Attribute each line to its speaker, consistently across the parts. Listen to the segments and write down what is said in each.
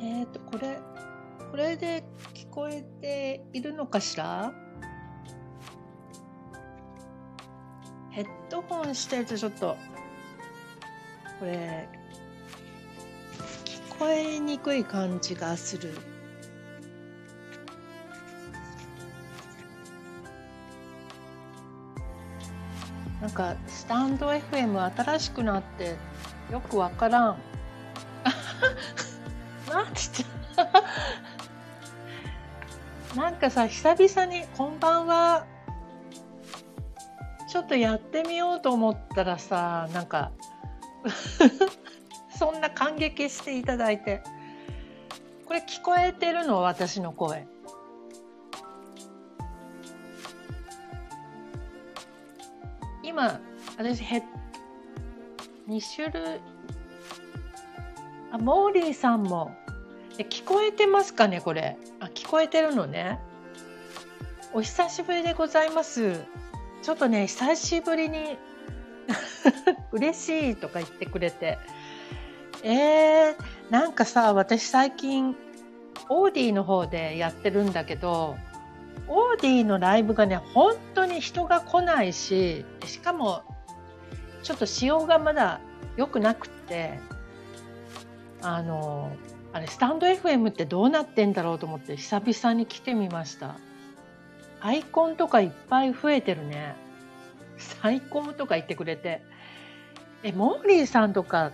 Speaker 1: えっ、と、これ、これで聞こえているのかしらヘッドホンしてるとちょっと、これ、聞こえにくい感じがする。なんか、スタンド FM 新しくなって、よくわからん。なんつって なんかさ久々に「こんばんは」ちょっとやってみようと思ったらさなんか そんな感激していただいてこれ聞こえてるの私の声今私ヘッ2種類あモーリーさんもえ聞こえてますかねこれあ聞こえてるのねお久しぶりでございますちょっとね久しぶりに 嬉しいとか言ってくれてえー、なんかさ私最近オーディの方でやってるんだけどオーディのライブがね本当に人が来ないししかもちょっと仕様がまだ良くなくってあのあれスタンド FM ってどうなってんだろうと思って久々に来てみましたアイコンとかいっぱい増えてるね最高とか言ってくれてえモーリーさんとか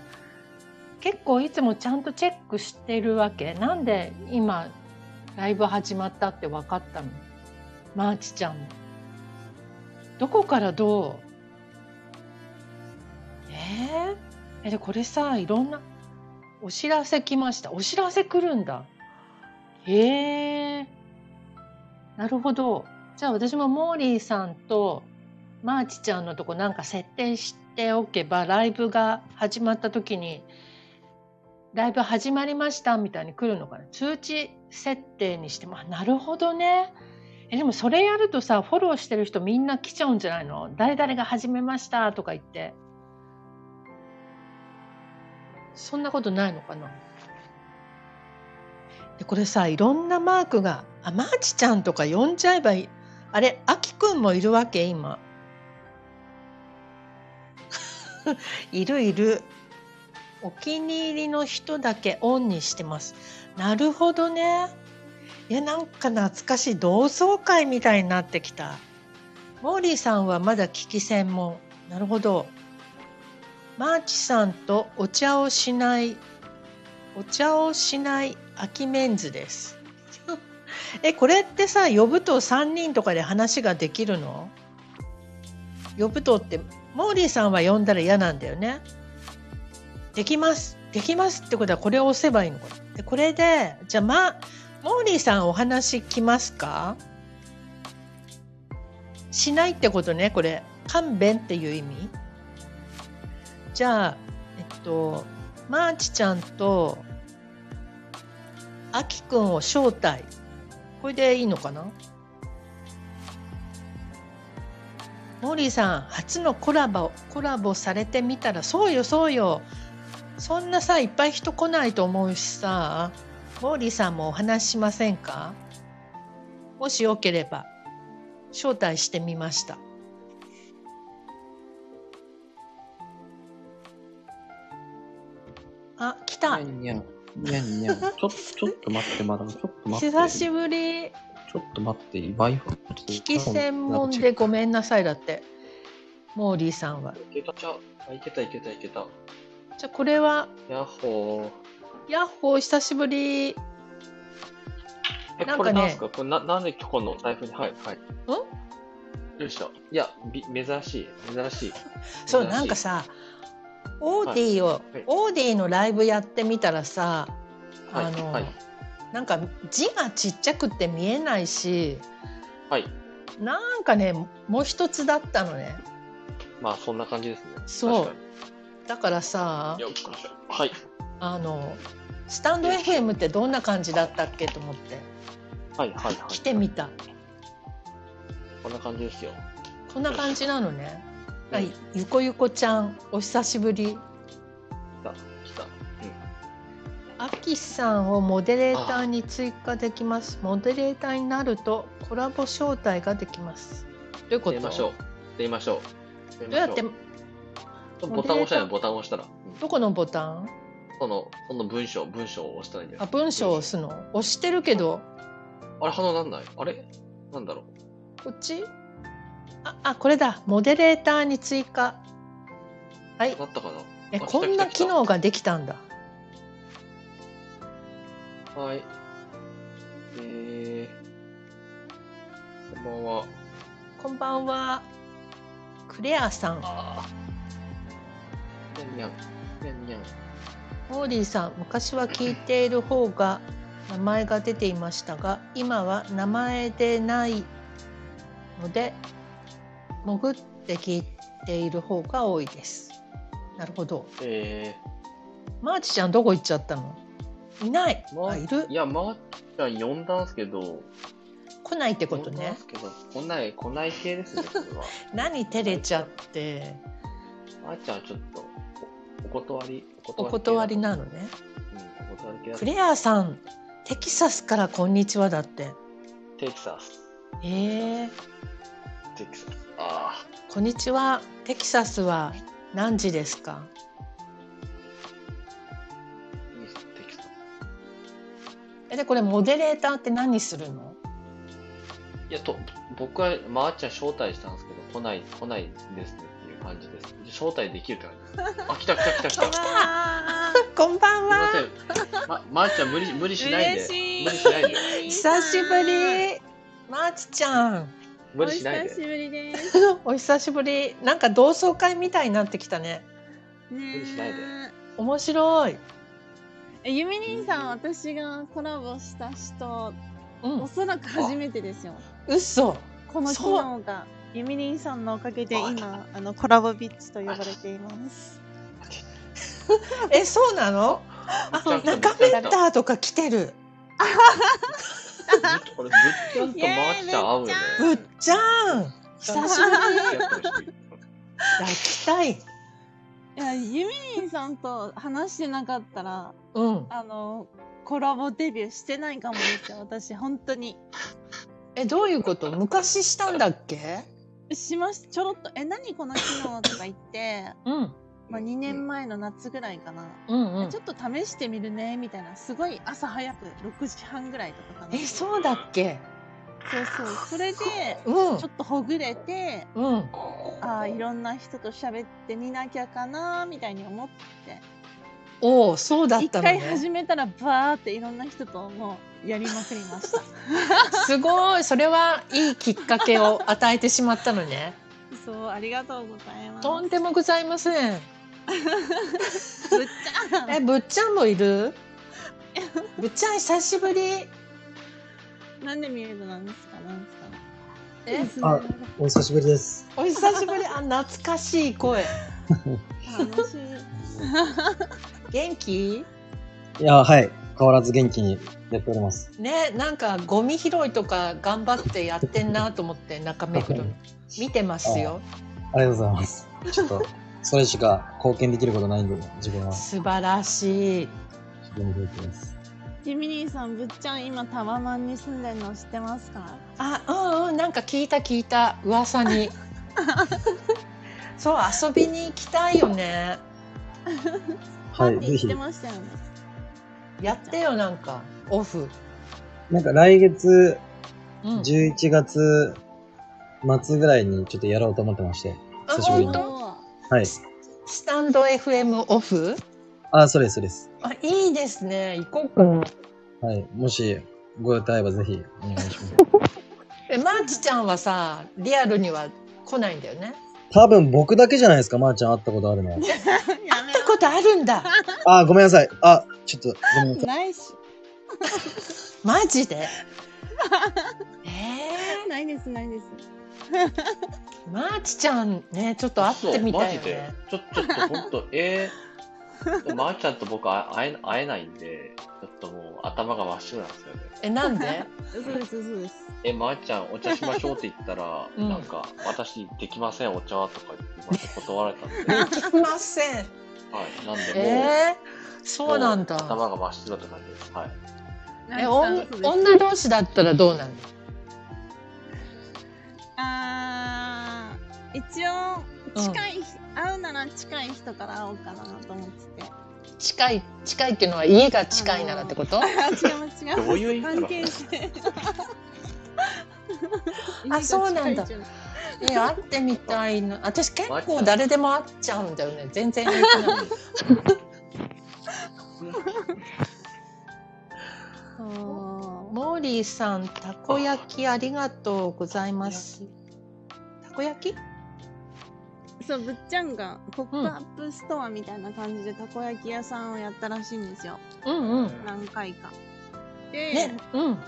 Speaker 1: 結構いつもちゃんとチェックしてるわけなんで今ライブ始まったって分かったのマーチちゃんもどこからどうえー、えでこれさいろんなお知らせ来ました。お知らせ来るんだ。へえ。なるほど。じゃあ私もモーリーさんとマーチちゃんのとこなんか設定しておけばライブが始まった時にライブ始まりましたみたいに来るのかな。通知設定にしても、あなるほどね。えでもそれやるとさフォローしてる人みんな来ちゃうんじゃないの誰々が始めましたとか言ってそんなことないのかなでこれさいろんなマークが「あマーチちゃん」とか呼んじゃえばいいあれあきくんもいるわけ今 いるいるお気に入りの人だけオンにしてますなるほどねいやなんか懐かしい同窓会みたいになってきたモーリーさんはまだ聞き専門なるほどマーチさんとお茶をしないお茶をしない秋メンズです えこれってさ呼ぶと3人とかで話ができるの呼ぶとってモーリーさんは呼んだら嫌なんだよねできますできますってことはこれを押せばいいのかなでこれでじゃあ、ま、モーリーさんお話来ますかしないってことねこれ勘弁っていう意味じゃあ、えっと、マーチちゃんと、あきくんを招待。これでいいのかなモーリーさん、初のコラボ、コラボされてみたら、そうよ、そうよ。そんなさ、いっぱい人来ないと思うしさ、モーリーさんもお話ししませんかもしよければ、招待してみました。あ、来た。
Speaker 2: にゃんにゃん。に ゃんにゃん。ちょ、ちょっと待って、まだ。ちょっと待って。
Speaker 1: 久しぶり
Speaker 2: ちょっと待って、バイフ
Speaker 1: 聞き専門でごめんなさいだってモーリーさんは
Speaker 2: けた、あいけた、いけた、いけた。
Speaker 1: じゃあこれは
Speaker 2: ヤッホ
Speaker 1: ヤッホー久しぶりん
Speaker 2: ー。え、
Speaker 1: なん
Speaker 2: こ
Speaker 1: かね
Speaker 2: れなんすかこれな、なんで今日の台風に、はい、はい。よいしょ。いや、び珍しい、珍しい。
Speaker 1: そう
Speaker 2: 珍しい
Speaker 1: なんかさオーディを、
Speaker 2: い
Speaker 1: オーディのライブやってみたらさ
Speaker 2: はい、
Speaker 1: あの
Speaker 2: はい、
Speaker 1: なんか字がちっちゃくって見えないし
Speaker 2: はい。
Speaker 1: なんかねもう一つだったのね
Speaker 2: まあ、そんな感じですね。
Speaker 1: そう
Speaker 2: 確か
Speaker 1: だからさ
Speaker 2: に。よっこいしょはい。
Speaker 1: あのスタンド FM ってどんな感じだったっけと思って
Speaker 2: はい、はい、はい。
Speaker 1: 来てみた
Speaker 2: こんな感じですよ。
Speaker 1: こんな感じなのねはい、ゆこゆこちゃん、お久しぶり。
Speaker 2: 来た、来た。
Speaker 1: アキさんをモデレーターに追加できます。モデレーターになるとコラボ招待ができます。どういうこ
Speaker 2: 出
Speaker 1: と
Speaker 2: ましょう。出ましょう。
Speaker 1: どうやって
Speaker 2: 出ましょうボタン押したらいいのボタン押したら。うん
Speaker 1: どこのボタン
Speaker 2: その、その文章、文章を押したらいいんじゃな
Speaker 1: あ
Speaker 2: い
Speaker 1: 文章を押すの押してるけど
Speaker 2: あれ、反応なんないあれなんだろう
Speaker 1: こっちああこれだモデレーターに追加はい
Speaker 2: なったかな
Speaker 1: え
Speaker 2: あ
Speaker 1: こんな
Speaker 2: 来た来た
Speaker 1: 機
Speaker 2: 来た
Speaker 1: 能ができたんだ
Speaker 2: はい。えー、こんばんは。
Speaker 1: こんばんはクレアさん
Speaker 2: ああ。にゃんにゃん。にゃんにゃん。
Speaker 1: モーリーさん昔は聞いている方が名前が出ていましたが今は名前でないので潜って聞いている方が多いですなるほど
Speaker 2: え
Speaker 1: マーチちゃんどこ行っちゃったのいない
Speaker 2: ー、ま
Speaker 1: あ
Speaker 2: あ、
Speaker 1: い
Speaker 2: い
Speaker 1: る
Speaker 2: や、まーちゃん呼んだんすけど、
Speaker 1: 来ないってこと
Speaker 2: 呼んだ
Speaker 1: ね
Speaker 2: んすけど、来ない、来ない系ですね、これは。
Speaker 1: 何照れちゃって
Speaker 2: まーちゃんはちょっと、おお断り、
Speaker 1: お
Speaker 2: 系だ
Speaker 1: 断りなのね
Speaker 2: うん、お断り系だ
Speaker 1: クレアさんテキサスからこんにちはだって
Speaker 2: テキサス。
Speaker 1: えー、
Speaker 2: テキサス。あ
Speaker 1: こんにちはテキサスは何時ですか
Speaker 2: あ、いいっすテキサス。
Speaker 1: えでこれモデレーターって何するの
Speaker 2: いや、と、僕は、まーちゃん招待したんですけど、来ない、来ないですねっていう感じです。招待できるって感じ です。あ、来た来た来た来た。すい
Speaker 1: こんばん
Speaker 2: ませ
Speaker 1: は
Speaker 2: ん。ま、まーちゃん無理、無理しないで。
Speaker 3: 嬉しい
Speaker 2: 無理しないで。
Speaker 1: 久しぶりマーチちゃん
Speaker 2: 無理しない
Speaker 3: お久
Speaker 2: で。
Speaker 3: しぶりです。
Speaker 1: お久しぶりなんか同窓会みたいになってきたね
Speaker 3: 無
Speaker 2: 理しないで
Speaker 1: 面白い
Speaker 3: え、ゆみにんさん、私がコラボした人、
Speaker 1: う
Speaker 3: お
Speaker 1: ん
Speaker 3: そらく初めてですよ。
Speaker 1: 嘘
Speaker 3: この機能が。ゆみにんさんのおかげで今、あのコラボビッチと呼ばれています。
Speaker 1: えそうなのあ
Speaker 2: ちゃんと
Speaker 1: 中メッターとか来てる
Speaker 2: これ、ぶっちゃんとまーちゃん合うよね。
Speaker 1: ぶっちゃん久しぶり
Speaker 2: り。
Speaker 1: 抱きたい
Speaker 3: いや、ゆみにんさんと話してなかったら、
Speaker 1: うん
Speaker 3: あの、コラボデビューしてないかもですよ。私、本当に。
Speaker 1: えどういうこと昔したんだっけ
Speaker 3: しましちょろっと、え、何この機能とか言って、
Speaker 1: うん
Speaker 3: まあ、2年前の夏ぐらいかな。
Speaker 1: うんう
Speaker 3: ちょっと試してみるねみたいなすごい朝早く6時半ぐらいとかかな
Speaker 1: えそうだっけ
Speaker 3: そうそうそれでち
Speaker 1: うん
Speaker 3: ょっとほぐれて
Speaker 1: うん
Speaker 3: ああいろんな人と喋ってみなきゃかなみたいに思って
Speaker 1: おおそうだっ
Speaker 3: 一、
Speaker 1: たの
Speaker 3: 回
Speaker 1: ね
Speaker 3: 始めたらバーっていろんな人ともうやりまくりました
Speaker 1: すごいそれはいいきっかけを与えてしまったのね
Speaker 3: そうありがとうございます
Speaker 1: とんでもございません
Speaker 3: ぶっちゃん
Speaker 1: えぶっちゃんもいるぶっちゃん久しぶり
Speaker 3: なんでミュートなんですかなんですか
Speaker 1: え
Speaker 4: あお久しぶりです。
Speaker 1: お久しぶりあ懐かしい声
Speaker 3: 楽しい
Speaker 1: 元気
Speaker 4: いや、はい。変わらず元気にやっております。
Speaker 1: ねなんかゴミ拾いとか頑張ってやってんなと思って中目黒見てますよ
Speaker 4: ありがとうございます。ちょっと、それしか貢献できることないんで、自分は
Speaker 1: 素晴らしい
Speaker 4: 自分でやってます。
Speaker 3: ジミニーさんぶっちゃん今タワマンに住んでるの知ってますか
Speaker 1: あうんうんなんか聞いた聞いた噂にそう遊びに行きたいよね
Speaker 4: は
Speaker 3: パ
Speaker 4: い、
Speaker 3: ンティ
Speaker 4: ぜ
Speaker 3: ーし
Speaker 4: ひ
Speaker 3: て。ましたよね
Speaker 1: やってよなんかオフ、
Speaker 4: なんか来月、
Speaker 1: うん、
Speaker 4: 11月末ぐらいにちょっとやろうと思ってまして。
Speaker 1: あ
Speaker 4: 久しぶり
Speaker 1: 本
Speaker 4: に。
Speaker 1: 当
Speaker 4: はい。
Speaker 1: スタンド FM オフ
Speaker 4: あ、そうです、そうです。
Speaker 1: あいいですね行こうかな
Speaker 4: はい。もし、ご予定あればぜひお願いします。
Speaker 1: えマーチちゃんはさリアルには来ないんだよね
Speaker 4: 多分僕だけじゃないですか、まー、ちゃん会ったことあるの。
Speaker 3: や め
Speaker 1: 行ったことあるん だ
Speaker 4: あ、ごめんなさい。あ、ちょっと、ごめんなさい。
Speaker 3: ないし、
Speaker 1: マジでえ
Speaker 3: ないです、ないです。
Speaker 1: ー、 マーチちゃんねちょっと会ってみたいよね
Speaker 2: そうマジで。ちょ、ちょっと本当、えー、 まーちゃんと僕は会え会えないんで、ちょっともう頭が真っ白なんですよね。
Speaker 1: えなん で
Speaker 3: そうです、そうです。
Speaker 2: え、まーちゃん、お茶しましょうって言ったら、
Speaker 1: うん
Speaker 2: なんか、私、できません、お茶はとか言って、断られたんで、
Speaker 1: 行きません
Speaker 2: はい。なんで、もう、
Speaker 1: えそうなんだ。
Speaker 2: 頭が真っ白って感じで す。はい。
Speaker 1: え、
Speaker 3: な
Speaker 1: お
Speaker 3: ん
Speaker 1: ん
Speaker 3: か
Speaker 1: 女同士だったらどうなの
Speaker 3: あー一応近い、会うなら近い人から会おうかなと思ってて
Speaker 1: 近い、近いっていうのは家が近いならってこと
Speaker 3: あ違う違う
Speaker 2: どういう意味だろ
Speaker 3: 関
Speaker 2: う
Speaker 3: 係性
Speaker 1: あそうなんだ
Speaker 3: 家が近いっていうの
Speaker 1: いや、会ってみたいの。私結
Speaker 2: マジ
Speaker 1: 構
Speaker 2: か
Speaker 1: 誰でも会っちゃうんだよね。全然平気なの。
Speaker 3: そう
Speaker 1: モーリーさん、たこ焼きありがとうございます。たこ焼き
Speaker 3: そうぶっちゃんがポップアップストアみたいな感じでたこ焼き屋さんをやったらしいんですよ
Speaker 1: うんうん。
Speaker 3: 何回かで、
Speaker 1: ね、うん。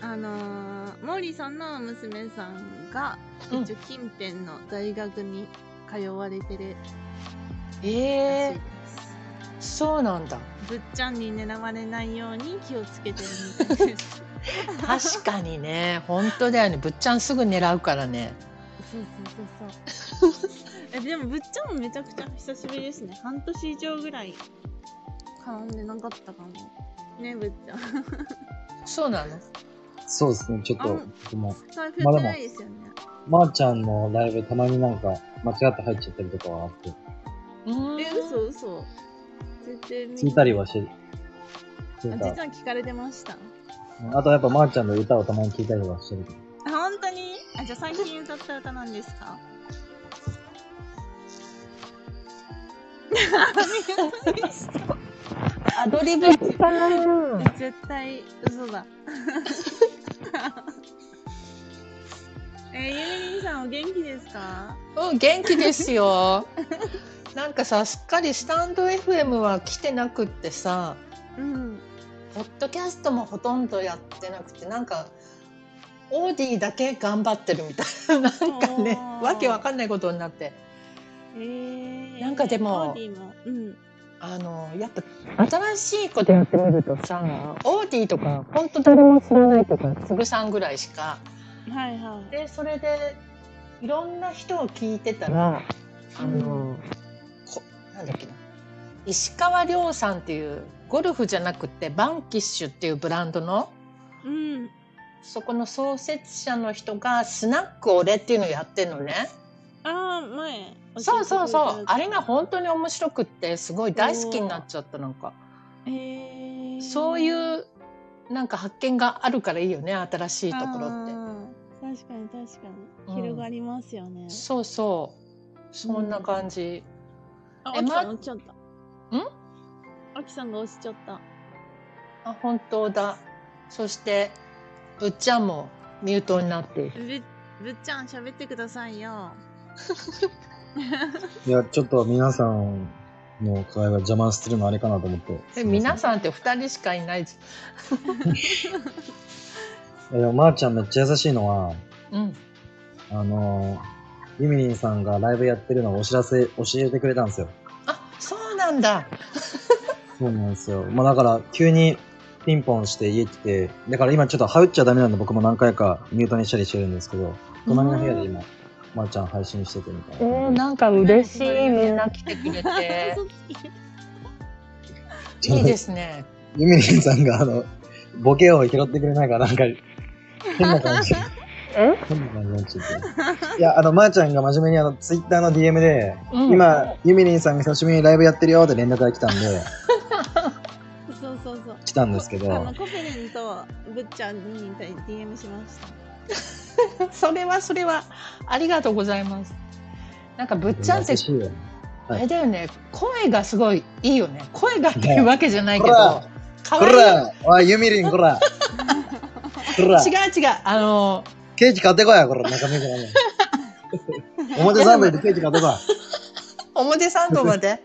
Speaker 3: あのー、モーリーさんの娘さんが
Speaker 1: うん
Speaker 3: 一応近辺の大学に通われてるら
Speaker 1: え
Speaker 3: しい
Speaker 1: ー
Speaker 3: で、
Speaker 1: そうなんだ。
Speaker 3: すぶっちゃんに狙われないように気をつけてるみたいです
Speaker 1: 確かにね、本当だよね。ぶっちゃんすぐ狙うからね。
Speaker 3: そうそうそうそう えでもぶっちゃんもめちゃくちゃ久しぶりですね半年以上ぐらい絡んでなかったかもねぶっちゃん
Speaker 1: そうなの
Speaker 4: そうですね、ちょっ
Speaker 3: あ
Speaker 4: と、僕も、
Speaker 3: 財布ってないですよね、
Speaker 4: まー、ちゃんのライブたまになんか間違って入っちゃったりとかはあって、
Speaker 1: うーん
Speaker 3: え嘘嘘絶対見
Speaker 4: 聞いたりはして、聞い
Speaker 3: あ実
Speaker 4: た。
Speaker 3: は聞かれてましたあ
Speaker 4: あとやっぱまーちゃんの歌をたまに聞いたりはしてるけど。
Speaker 3: 本当にあじゃあ最近歌った歌なんです か
Speaker 1: アドリブ使う
Speaker 3: 絶対嘘だ えー、ゆみりんさんお元気ですか
Speaker 1: うん、元気ですよ。なんかさ、すっかりスタンド FM は来てなくってさ、
Speaker 3: うん
Speaker 1: ポッドキャストもほとんどやってなくて、なんか、オーディだけ頑張ってるみたいな、 なんかね
Speaker 3: お、ー
Speaker 1: わけわかんないことになって。
Speaker 3: えー、
Speaker 1: なんかでも
Speaker 3: オーディもうん
Speaker 1: あの、やっぱ、新しいことやってみるとさ、オーディとか、ほんと誰も知らないとか、つぶさんぐらいしか。
Speaker 3: はいはい
Speaker 1: で、それで、いろんな人を聞いてたら、あの、こなんだっけな石川亮さんっていうゴルフじゃなくてバンキッシュっていうブランドの
Speaker 3: うん
Speaker 1: そこの創設者の人がスナック俺っていうのをやってんのね
Speaker 3: ああ前
Speaker 1: そうそうそうあ
Speaker 3: れ
Speaker 1: れが本当に面白くってすごい大好きになっちゃったなんか
Speaker 3: えー、
Speaker 1: そういうなんか発見があるからいいよね新しいところって
Speaker 3: ろって確かに確か
Speaker 1: う
Speaker 3: に
Speaker 1: ん
Speaker 3: 広がりますよね、
Speaker 1: そうそうそんな感じ、
Speaker 3: あ
Speaker 1: え
Speaker 3: あきさん
Speaker 1: ま
Speaker 3: 落ちちゃった
Speaker 1: ん
Speaker 3: あきさんが落ちちゃった
Speaker 1: あ本当だそしてぶっちゃんもミュートになっている
Speaker 3: ぶぶっちゃん喋ってくださいよ
Speaker 4: いや、ちょっと皆さんの会話邪魔してるのあれかなと思って。
Speaker 1: え皆さんって2人しかいないじ
Speaker 4: ん。いや、まー、ちゃんめっちゃ優しいのは、
Speaker 1: ゃんうん
Speaker 4: あのー、ゆみりんさんがライブやってるのをお知らせ、教えてくれたんですよ。
Speaker 1: あそうなんだ。
Speaker 4: そうなんですよ。まあだから、急にピンポンして家来て、だから今ちょっと羽打っちゃダメなんで僕も何回かミュートにしたりしてるんですけど、隣の部屋で今、まー、ちゃん配信しててみたいな。
Speaker 1: なんか
Speaker 3: 嬉しいみんな。
Speaker 1: 来てくれて
Speaker 3: 嘘
Speaker 4: ちょ っ
Speaker 1: いい
Speaker 4: と
Speaker 1: ですね。
Speaker 4: ゆみりんさんがあの、ボケを拾ってくれないからなんか、変 な感じ。変な感じになっちゃって。いや、あの、まー、ちゃんが真面目にあの、ツイッターの DM で、
Speaker 1: うん
Speaker 4: 今、ゆみりんさんが久しぶりにライブやってるよって連絡が来たんで、
Speaker 3: そうそうそう
Speaker 4: 来たんですけど、
Speaker 3: あのコペレンとぶっちゃんに DM しました
Speaker 1: それはそれはありがとうございます。なんかぶっちゃんって
Speaker 4: 優しいよね
Speaker 1: あ
Speaker 4: はい
Speaker 1: れだよね。声がすごいいいよね。声がっていうわけじゃないけど
Speaker 4: ほら、
Speaker 1: 可
Speaker 4: こ
Speaker 1: 愛い
Speaker 4: らおい、ゆみりん、こらこら
Speaker 1: 違う違うあの
Speaker 4: ケーキ買ってこいよ、こら中身じゃない の。表参道でケーキ買ってこい。
Speaker 1: 表参道ま で。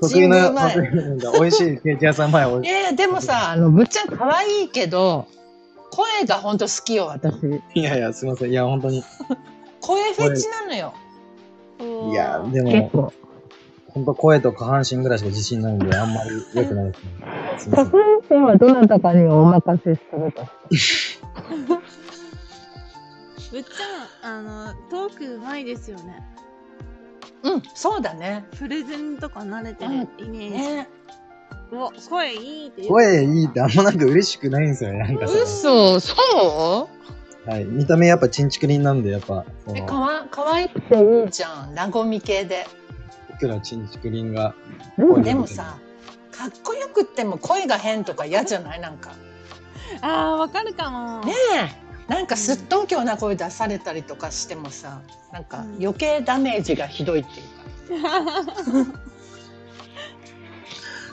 Speaker 4: 得意
Speaker 1: 神宮
Speaker 4: な、
Speaker 1: 前
Speaker 4: 得意なんだ美味しいケーキ屋さん前、美
Speaker 1: い
Speaker 4: 味し
Speaker 1: やいやでもさあのぶっちゃん可愛いけど声が本当好きよ私。
Speaker 4: い。いやいや、すみません。いや、本当に。
Speaker 1: 声フェチなのよ。
Speaker 4: いや、で
Speaker 1: 結
Speaker 4: も、
Speaker 1: 構。
Speaker 4: 本当声と下半身ぐらいしか自信ないんで、あんまり良くないですね。すみま
Speaker 1: 下
Speaker 4: せん。
Speaker 1: 半身はどなたかにお任せすると。
Speaker 3: ぶっちゃんあのトークうまいですよね
Speaker 1: うん、そうだね。
Speaker 3: プレゼンとか慣れてるイメージ、
Speaker 1: ね、
Speaker 3: うわ、声いいって言う
Speaker 4: 声いいってあんまなんか嬉しくないんですよね、なんかさ。
Speaker 5: 嘘、そ
Speaker 4: はい。見た目やっぱチンチクリンなんで、やっぱ、そ
Speaker 1: え
Speaker 4: の、
Speaker 1: かわかわいくていいじゃん和み系で
Speaker 4: いくらチンチクリンが、
Speaker 5: う
Speaker 1: でもさかっこよくっても声が変とか嫌じゃないなんか
Speaker 3: あー、わかるかも。
Speaker 1: ねえなんかすっとんきょうな声出されたりとかしてもさなんか
Speaker 3: うん
Speaker 1: 余計ダメージがひどいっていうか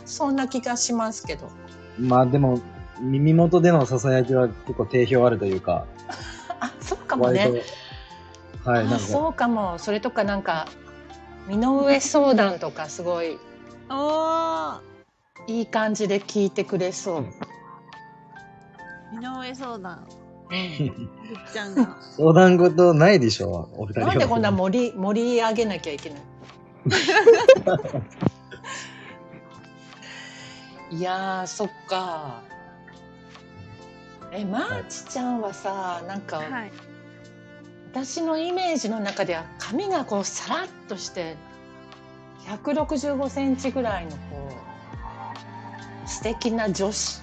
Speaker 1: そんな気がしますけど
Speaker 4: まあでも、耳元での囁きは結構定評あるというか、
Speaker 1: あそうかもね
Speaker 4: 割と、はい、な
Speaker 1: あ
Speaker 4: んか、
Speaker 1: そうかもそれとかなんか身の上相談とかすごい
Speaker 3: おー、
Speaker 1: いい感じで聞いてくれそう、
Speaker 3: 身の上相談。
Speaker 1: うん
Speaker 3: ぶっちゃんが。
Speaker 4: 相談事ないでしょ、お二人は。
Speaker 1: なんでこんな盛り盛り上げなきゃいけない いやーそっかえマーチちゃんはさなんか、
Speaker 3: はい。
Speaker 1: 私のイメージの中では髪がこうさらっとして165センチぐらいのこう素敵な女子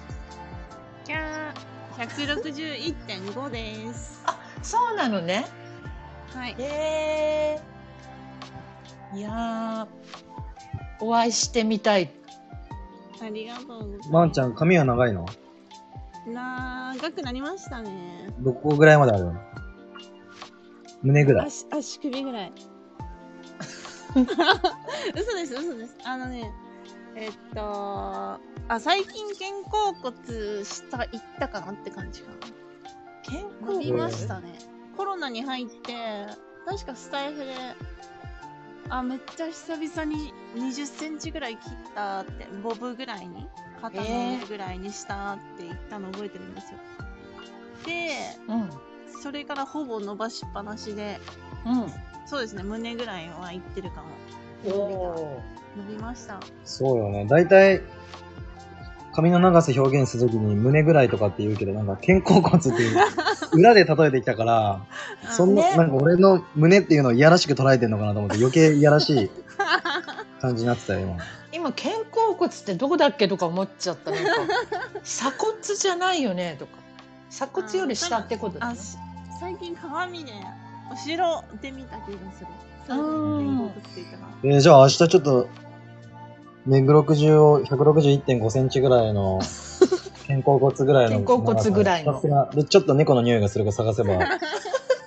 Speaker 3: キャー。161.5です。
Speaker 1: そうなのね
Speaker 3: はい。
Speaker 1: へえいやーお会いしてみたい
Speaker 3: ありがとうございます。
Speaker 4: まーちゃん、髪は長いの
Speaker 3: ん。長くなりましたね。
Speaker 4: どこぐらいまであるの胸ぐらい。
Speaker 3: 足足首ぐらい 嘘です嘘ですあのねえっとあ最近肩甲骨した行ったかなって感じか
Speaker 1: 健
Speaker 3: な伸
Speaker 1: 康
Speaker 3: びましたねコロナに入って確かスタイフであめっちゃ久々に2 0センチぐらい切ったってボブぐらいに肩の上ぐらいにしたって言ったの覚えてるんですよで
Speaker 1: うん
Speaker 3: それからほぼ伸ばしっぱなしでそうですね、胸ぐらいはいってるかも。
Speaker 1: うんおー
Speaker 3: 伸びました。
Speaker 4: そうよね。大体、髪の長さ表現するときに胸ぐらいとかって言うけど、なんか肩甲骨って いう、裏で例えてきたから、そんな、
Speaker 1: ね
Speaker 4: なんか俺の胸っていうのをいやらしく捉えてんのかなと思って余計いやらしい感じになってたよ、今。
Speaker 1: 今肩甲骨ってどこだっけとか思っちゃったなんか鎖骨じゃないよねとか鎖骨より下ってことだ
Speaker 3: あ
Speaker 1: ね
Speaker 3: し最近鏡で、後ろで見た気がする。そううんですね、肩甲骨って言ったな。
Speaker 4: えーじゃあ明日ちょっと、目黒60を161.5センチぐらいの、肩甲骨ぐらいの。
Speaker 1: 肩甲骨ぐらいの
Speaker 4: ひたすらで、ちょっと猫の匂いがするか探せば、ひた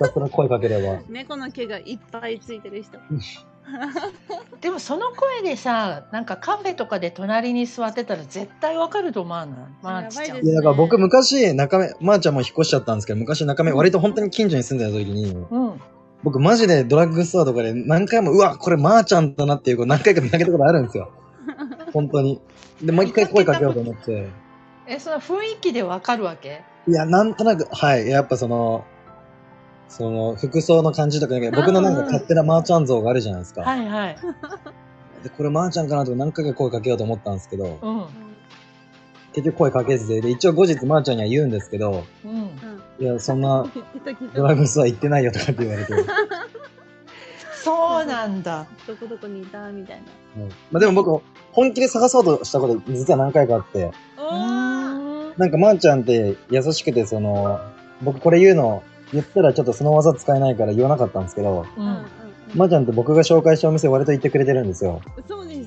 Speaker 4: すら声かければ。
Speaker 3: 猫の毛がいっぱいついてる人。
Speaker 1: でもその声でさなんかカフェとかで隣に座ってたら絶対わかると思わないマーチちゃん
Speaker 3: やばい
Speaker 4: い
Speaker 3: です
Speaker 4: や、だから僕昔、中目、まー、ちゃんも引っ越しちゃったんですけど、昔中目、割と本当に近所に住んでた時に、
Speaker 1: うん
Speaker 4: 僕マジでドラッグストアとかで何回も、うわ、これまーちゃんだなっていう、何回か見かけたことあるん ですよ。本当に。で、もう一回声かけようと思って。
Speaker 1: えその雰囲気でわかるわけ
Speaker 4: いや、なんとなく、はい。やっぱその、その、服装の感じとか、僕のなんか勝手なまーちゃん像があるじゃないですか。
Speaker 1: はい はい
Speaker 4: で、これまーちゃんかなとか何回か声かけようと思ったんですけど、
Speaker 1: うん
Speaker 4: 結局声かけずで、で、一応後日まーちゃんには言うんですけど、
Speaker 1: うん
Speaker 4: いや、そんな、
Speaker 3: 聞いた聞いた
Speaker 4: ドラッグストア行ってないよとかって言われて。
Speaker 1: そうなん だ
Speaker 3: どこどこにいたみたいな。
Speaker 4: うんまあでも僕、本気で探そうとしたこと、実は何回かあって、
Speaker 1: う
Speaker 3: おー
Speaker 1: ーん
Speaker 4: なんかまーちゃんって優しくて、その、僕これ言うの、言ったらちょっとその技使えないから言わなかったんですけど、
Speaker 1: う
Speaker 3: うんうん
Speaker 1: ん
Speaker 4: まーちゃんって僕が紹介したお店割と行ってくれてるんですよ。
Speaker 3: うん、そうですね。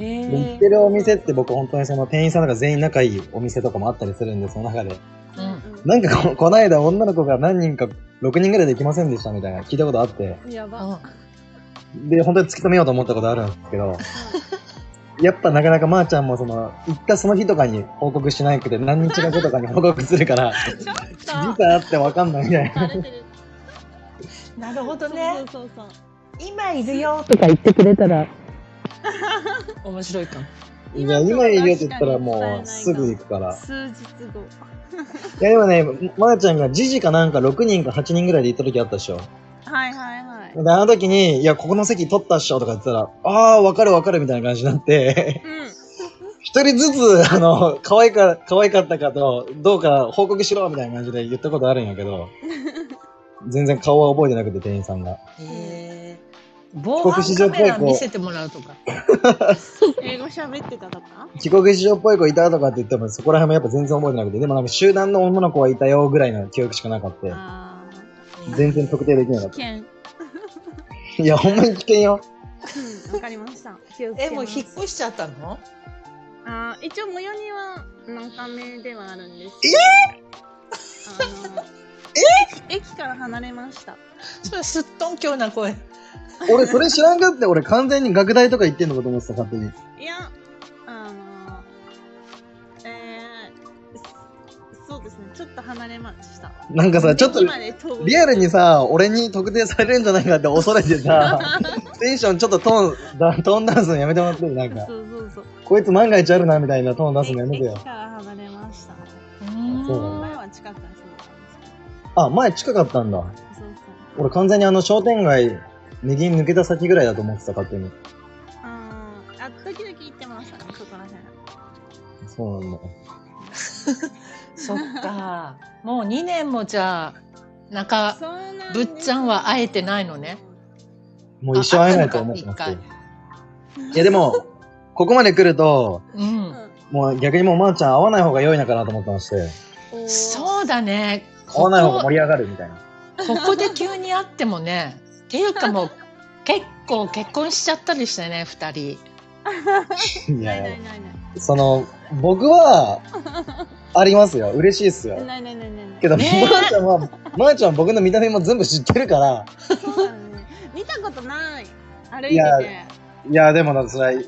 Speaker 1: え
Speaker 4: で
Speaker 1: ー
Speaker 4: 行ってるお店って僕本当にその店員さんとか全員仲いいお店とかもあったりするんで、その中
Speaker 1: う
Speaker 4: で。
Speaker 1: ん
Speaker 4: なんかこ、こないだ女の子が何人か、6人ぐらいで行きませんでしたみたいな聞いたことあって、
Speaker 3: うん、やば。
Speaker 1: う
Speaker 4: で、本当に突き止めようと思ったことあるんですけど、やっぱなかなかまーちゃんもその、行ったその日とかに報告しないくて、何日か後とかに報告するから、
Speaker 3: ちょっと
Speaker 4: 時差あってわかんないみたいな。
Speaker 3: 慣れてる。
Speaker 1: んなるほどね
Speaker 3: そうそうそうそう。
Speaker 1: 今いるよとか言ってくれた ら面白いかも
Speaker 4: いや、今いるよって言ったらもうすぐ行くから。い
Speaker 3: 数日後。
Speaker 4: や、でもね、まー、ちゃんが時事かなんか6人か8人ぐらいで行った時あったでしょ。
Speaker 3: はいはいはい
Speaker 4: で、。あの時に、いや、ここの席取ったっしょとか言ってたら、あー、わかるわかるみたいな感じになって、
Speaker 3: うん。
Speaker 4: 一人ずつ、あの、可愛いか、可愛かったかと、どうか報告しろみたいな感じで言った ことあるんやけど、全然顔は覚えてなくて、店員さんが。
Speaker 1: へえ防
Speaker 4: 帰
Speaker 1: 犯
Speaker 4: 国子女
Speaker 1: カ
Speaker 4: っぽい
Speaker 1: メラ
Speaker 4: 子
Speaker 1: 見せてもらうとか。
Speaker 3: 英語喋ってたとか
Speaker 4: 帰国子女っぽい子いたとかって言っても、そこら辺もやっぱ全然覚えてなくて、でもなんか集団の女の子はいたよぐらいの記憶しかなかった。
Speaker 3: あ
Speaker 4: 全然特定できなか
Speaker 3: ー
Speaker 4: っ
Speaker 3: 危険
Speaker 4: た。いや、ほんまに危険よ。
Speaker 3: うんわかりました気をつけ
Speaker 1: え、
Speaker 3: ます
Speaker 1: もう引っ越しちゃったの
Speaker 3: あー一応模様には中目ではあるんですええ駅から離れました
Speaker 1: それすっとんきょうな声。
Speaker 4: 俺、それ知らんかって、俺完全に学大とか行ってんのかと思ってた、勝手に。
Speaker 3: いやあのえー、そうですねちょっと離れました
Speaker 4: なんかさ、ちょっと
Speaker 3: 駅、まで遠い
Speaker 4: リアルにさ、俺に特定されるんじゃないかって恐れてさ、テンションちょっとトーンだ、トーン出すのやめてもらってる。なんか、
Speaker 3: そうそうそう
Speaker 4: こいつ万が一あるな、みたいなトーン出すのやめて
Speaker 3: 駅
Speaker 4: よ。
Speaker 3: から離れました
Speaker 1: う
Speaker 4: そうな
Speaker 1: ー
Speaker 4: ん
Speaker 1: ん。
Speaker 3: 前は近くから住んでたんですけど
Speaker 4: あ、前近かったんだ。
Speaker 3: そうそう
Speaker 4: 俺完全にあの商店街、右に抜けた先ぐらいだと思ってた、勝手に。
Speaker 3: あーあ時々行ってましたねそこら辺
Speaker 4: そうなんだ。
Speaker 1: そっか。もう2年もじゃあ、中、
Speaker 3: そうなん
Speaker 1: ぶ
Speaker 3: です
Speaker 1: っちゃんは会えてないのね
Speaker 4: もう一生会えないと思ってます
Speaker 1: あ会った
Speaker 4: よ。いや、でも、ここまで来ると、
Speaker 1: う。
Speaker 3: うんん
Speaker 4: もう逆にもうまーちゃん会わない方が良いのかなと思ってまして、
Speaker 3: おー
Speaker 1: そうだね。
Speaker 4: 会わない方が盛
Speaker 1: こ
Speaker 4: り上がるみたいな。
Speaker 1: ここで急に会ってもね。っていうかもう、結構結婚しちゃったりしてね、二人。
Speaker 4: い
Speaker 3: ない
Speaker 4: や
Speaker 3: ないいないない
Speaker 4: や、その、僕は、ありますよ。嬉しいっすよ。
Speaker 3: ないないないないない
Speaker 4: けど、ま
Speaker 1: ねえ
Speaker 4: ーちゃんは、まーちゃんは僕の見た目も全部知ってるから、
Speaker 3: そうだね見たことない歩い
Speaker 4: い
Speaker 3: て
Speaker 4: や
Speaker 3: て
Speaker 4: いや、でもな、それは、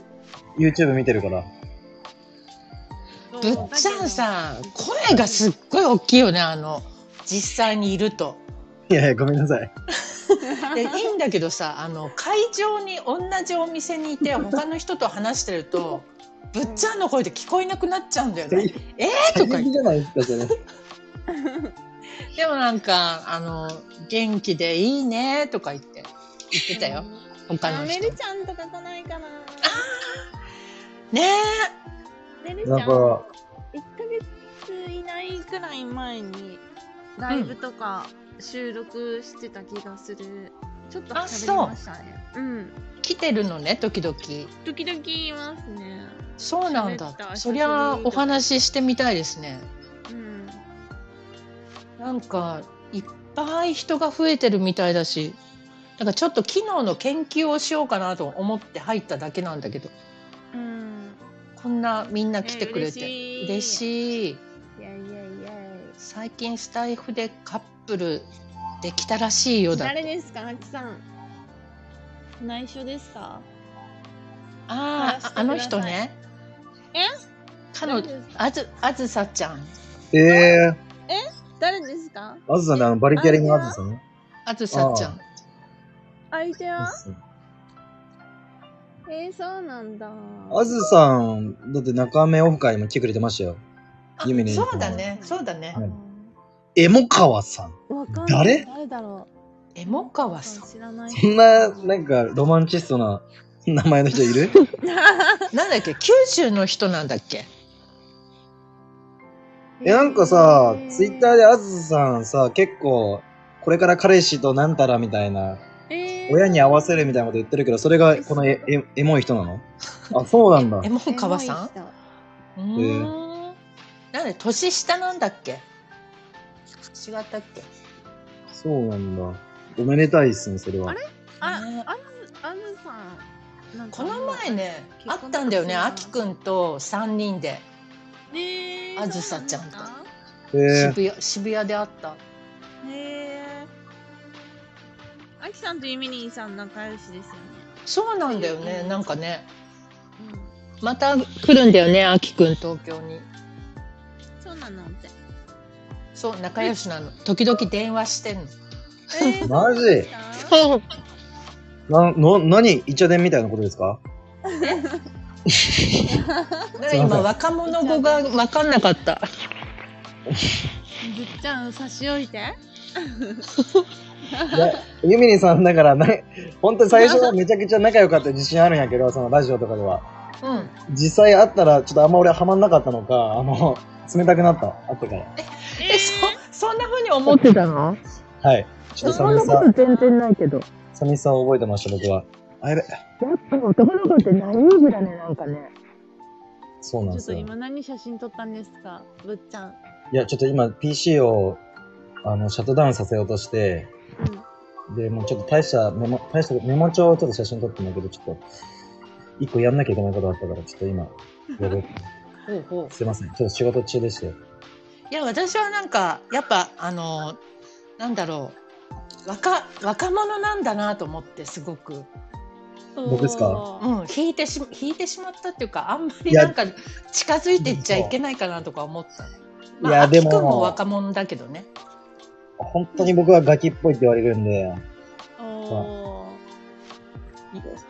Speaker 4: YouTube 見てるから。
Speaker 3: そう
Speaker 1: ぶっちゃんさ、声がすっごい大きいよね、あの、実際にいると。
Speaker 4: いやいや、ごめんなさい。
Speaker 1: でいいんだけどさあの会場に同じお店にいて他の人と話してるとぶっちゃんの声で聞こえなくなっちゃうんだよね。えー、とか
Speaker 4: 最
Speaker 1: 言っ
Speaker 4: 悪じゃないですか、それ。
Speaker 1: てでもなんかあの「元気でいいね」とか言って言ってたよ他
Speaker 3: あ
Speaker 1: の
Speaker 3: メ
Speaker 1: 人
Speaker 3: ル。ちゃんとか来ないかな
Speaker 1: ね
Speaker 3: メルちゃん
Speaker 4: なん
Speaker 3: 1
Speaker 4: か
Speaker 3: ヶ月いないくらい前にライブとか収録してた気がする、ちょっと
Speaker 1: あ
Speaker 3: 喋りましたねうん
Speaker 1: え来てるのね時々。
Speaker 3: 時々いますね
Speaker 1: そうなん
Speaker 3: 喋った
Speaker 1: だ。
Speaker 3: 久し
Speaker 1: そ
Speaker 3: ぶり
Speaker 1: りゃお話ししてみたいですね。
Speaker 3: うん
Speaker 1: なんかいっぱい人が増えてるみたいだし。なんかちょっと機能の研究をしようかなと思って入っただけなんだけど
Speaker 3: うん
Speaker 1: こんなみんな来てくれて、
Speaker 3: えー
Speaker 1: 嬉
Speaker 3: 嬉
Speaker 1: しい
Speaker 3: いやいやいや
Speaker 1: 最近スタイフでカップルできたらしいよだって
Speaker 3: 誰ですかあきさん内緒ですか
Speaker 1: ああ
Speaker 3: 話してください
Speaker 1: あの人ね
Speaker 3: え
Speaker 1: 彼女
Speaker 3: 誰ですか
Speaker 1: あずあずさちゃん
Speaker 4: え
Speaker 3: 誰ですか
Speaker 4: ー、あずさね、あの、バリキャリのあずさね。
Speaker 1: あずさちゃん
Speaker 3: 相手はえー、そうなんだ
Speaker 4: あずさん、だって中目オフ会も来てくれてましたよ。
Speaker 1: あ
Speaker 4: ユミリンさん
Speaker 1: そうだねそうだね、
Speaker 4: はいエモカワさん。
Speaker 3: わかんない
Speaker 4: 誰
Speaker 3: 誰だろ
Speaker 1: エモカ
Speaker 3: う
Speaker 1: ワさ
Speaker 3: 知らない
Speaker 4: そんな、 なんか、ロマンチストな名前の人いる
Speaker 1: んなんだっけ九州の人なんだっけ
Speaker 4: え、なんかさ
Speaker 3: え、
Speaker 4: ツイッターであずさんさ、結構、これから彼氏となんたらみたいな、
Speaker 3: えー
Speaker 4: 親に合わせるみたいなこと言ってるけど、それがこのエエエモい人なのあ、そうなんだ
Speaker 1: エ。モカワさん
Speaker 3: エモい
Speaker 1: うーんなんで年下なんだっけ違ったっけ
Speaker 4: そうなんだ。おめでたいっすね、それは。
Speaker 3: あれあ
Speaker 1: ね
Speaker 3: あずあずさんなんか
Speaker 1: この前ね
Speaker 3: 結婚
Speaker 1: あったんだよね
Speaker 3: とか
Speaker 1: あきくんと3人で
Speaker 3: ねえ
Speaker 1: あずさちゃんと
Speaker 3: そうなですか
Speaker 4: えー、
Speaker 1: 渋谷渋谷であった
Speaker 3: へえあきさんとゆみりんさん仲良しですよね
Speaker 1: そうなんだよねなんかね
Speaker 3: うん
Speaker 1: また来るんだよねあきくん東京に
Speaker 3: そうなのっ て。
Speaker 1: そう仲良しなの時々電話してんの
Speaker 3: えー
Speaker 4: マジ
Speaker 3: そうですか
Speaker 4: な、の、何イチャデンみたいなことで すか
Speaker 1: だから今若者語が分かんなかった
Speaker 3: ぶっちゃん差し置いて。
Speaker 4: ねユミリンさんだからな、本当に最初はめちゃくちゃ仲良かった自信あるんやけど、そのラジオとかでは。
Speaker 1: うん
Speaker 4: 実際会ったら、ちょっとあんま俺はまんなかったのか、あの、冷たくなった、会ってから。
Speaker 1: えそそんな風に思ってたの
Speaker 4: はい。ちょっと
Speaker 1: そん
Speaker 4: 寂し
Speaker 1: な
Speaker 4: さ
Speaker 1: こ、と全然ないけど
Speaker 4: 寂しさを覚えてました、僕は。あ、やべ。
Speaker 5: やっぱ男の子ってナイーブだね、なんかね。
Speaker 4: そうな
Speaker 3: ちょ
Speaker 4: んで
Speaker 3: っ
Speaker 4: す
Speaker 3: と
Speaker 4: よ。
Speaker 3: 今何写真撮ったんですかぶっちゃん。
Speaker 4: いや、ちょっと今 PC を、あの、シャットダウンさせようとして、
Speaker 3: うん。
Speaker 4: で、もうちょっと大したメモ、大したメモ帳をちょっと写真撮ってんだけど、ちょっと、一個やんなきゃいけないことがあったから、ちょっと今、やべ
Speaker 1: ほうほう
Speaker 4: すいません。ちょっと仕事中でして。
Speaker 1: いや私はなんかやっぱあのなんだろう若若者なんだなと思ってすごく、
Speaker 4: 僕ですか
Speaker 1: うん、引いてし引いてしまったっていうかあんまり
Speaker 4: いや
Speaker 1: なんか近づいていっちゃいけないかなとか思った、まあ、
Speaker 4: いやでも
Speaker 1: 秋君も若者だけどね
Speaker 4: 本当に僕はガキっぽいって言われるんで、
Speaker 3: おおー。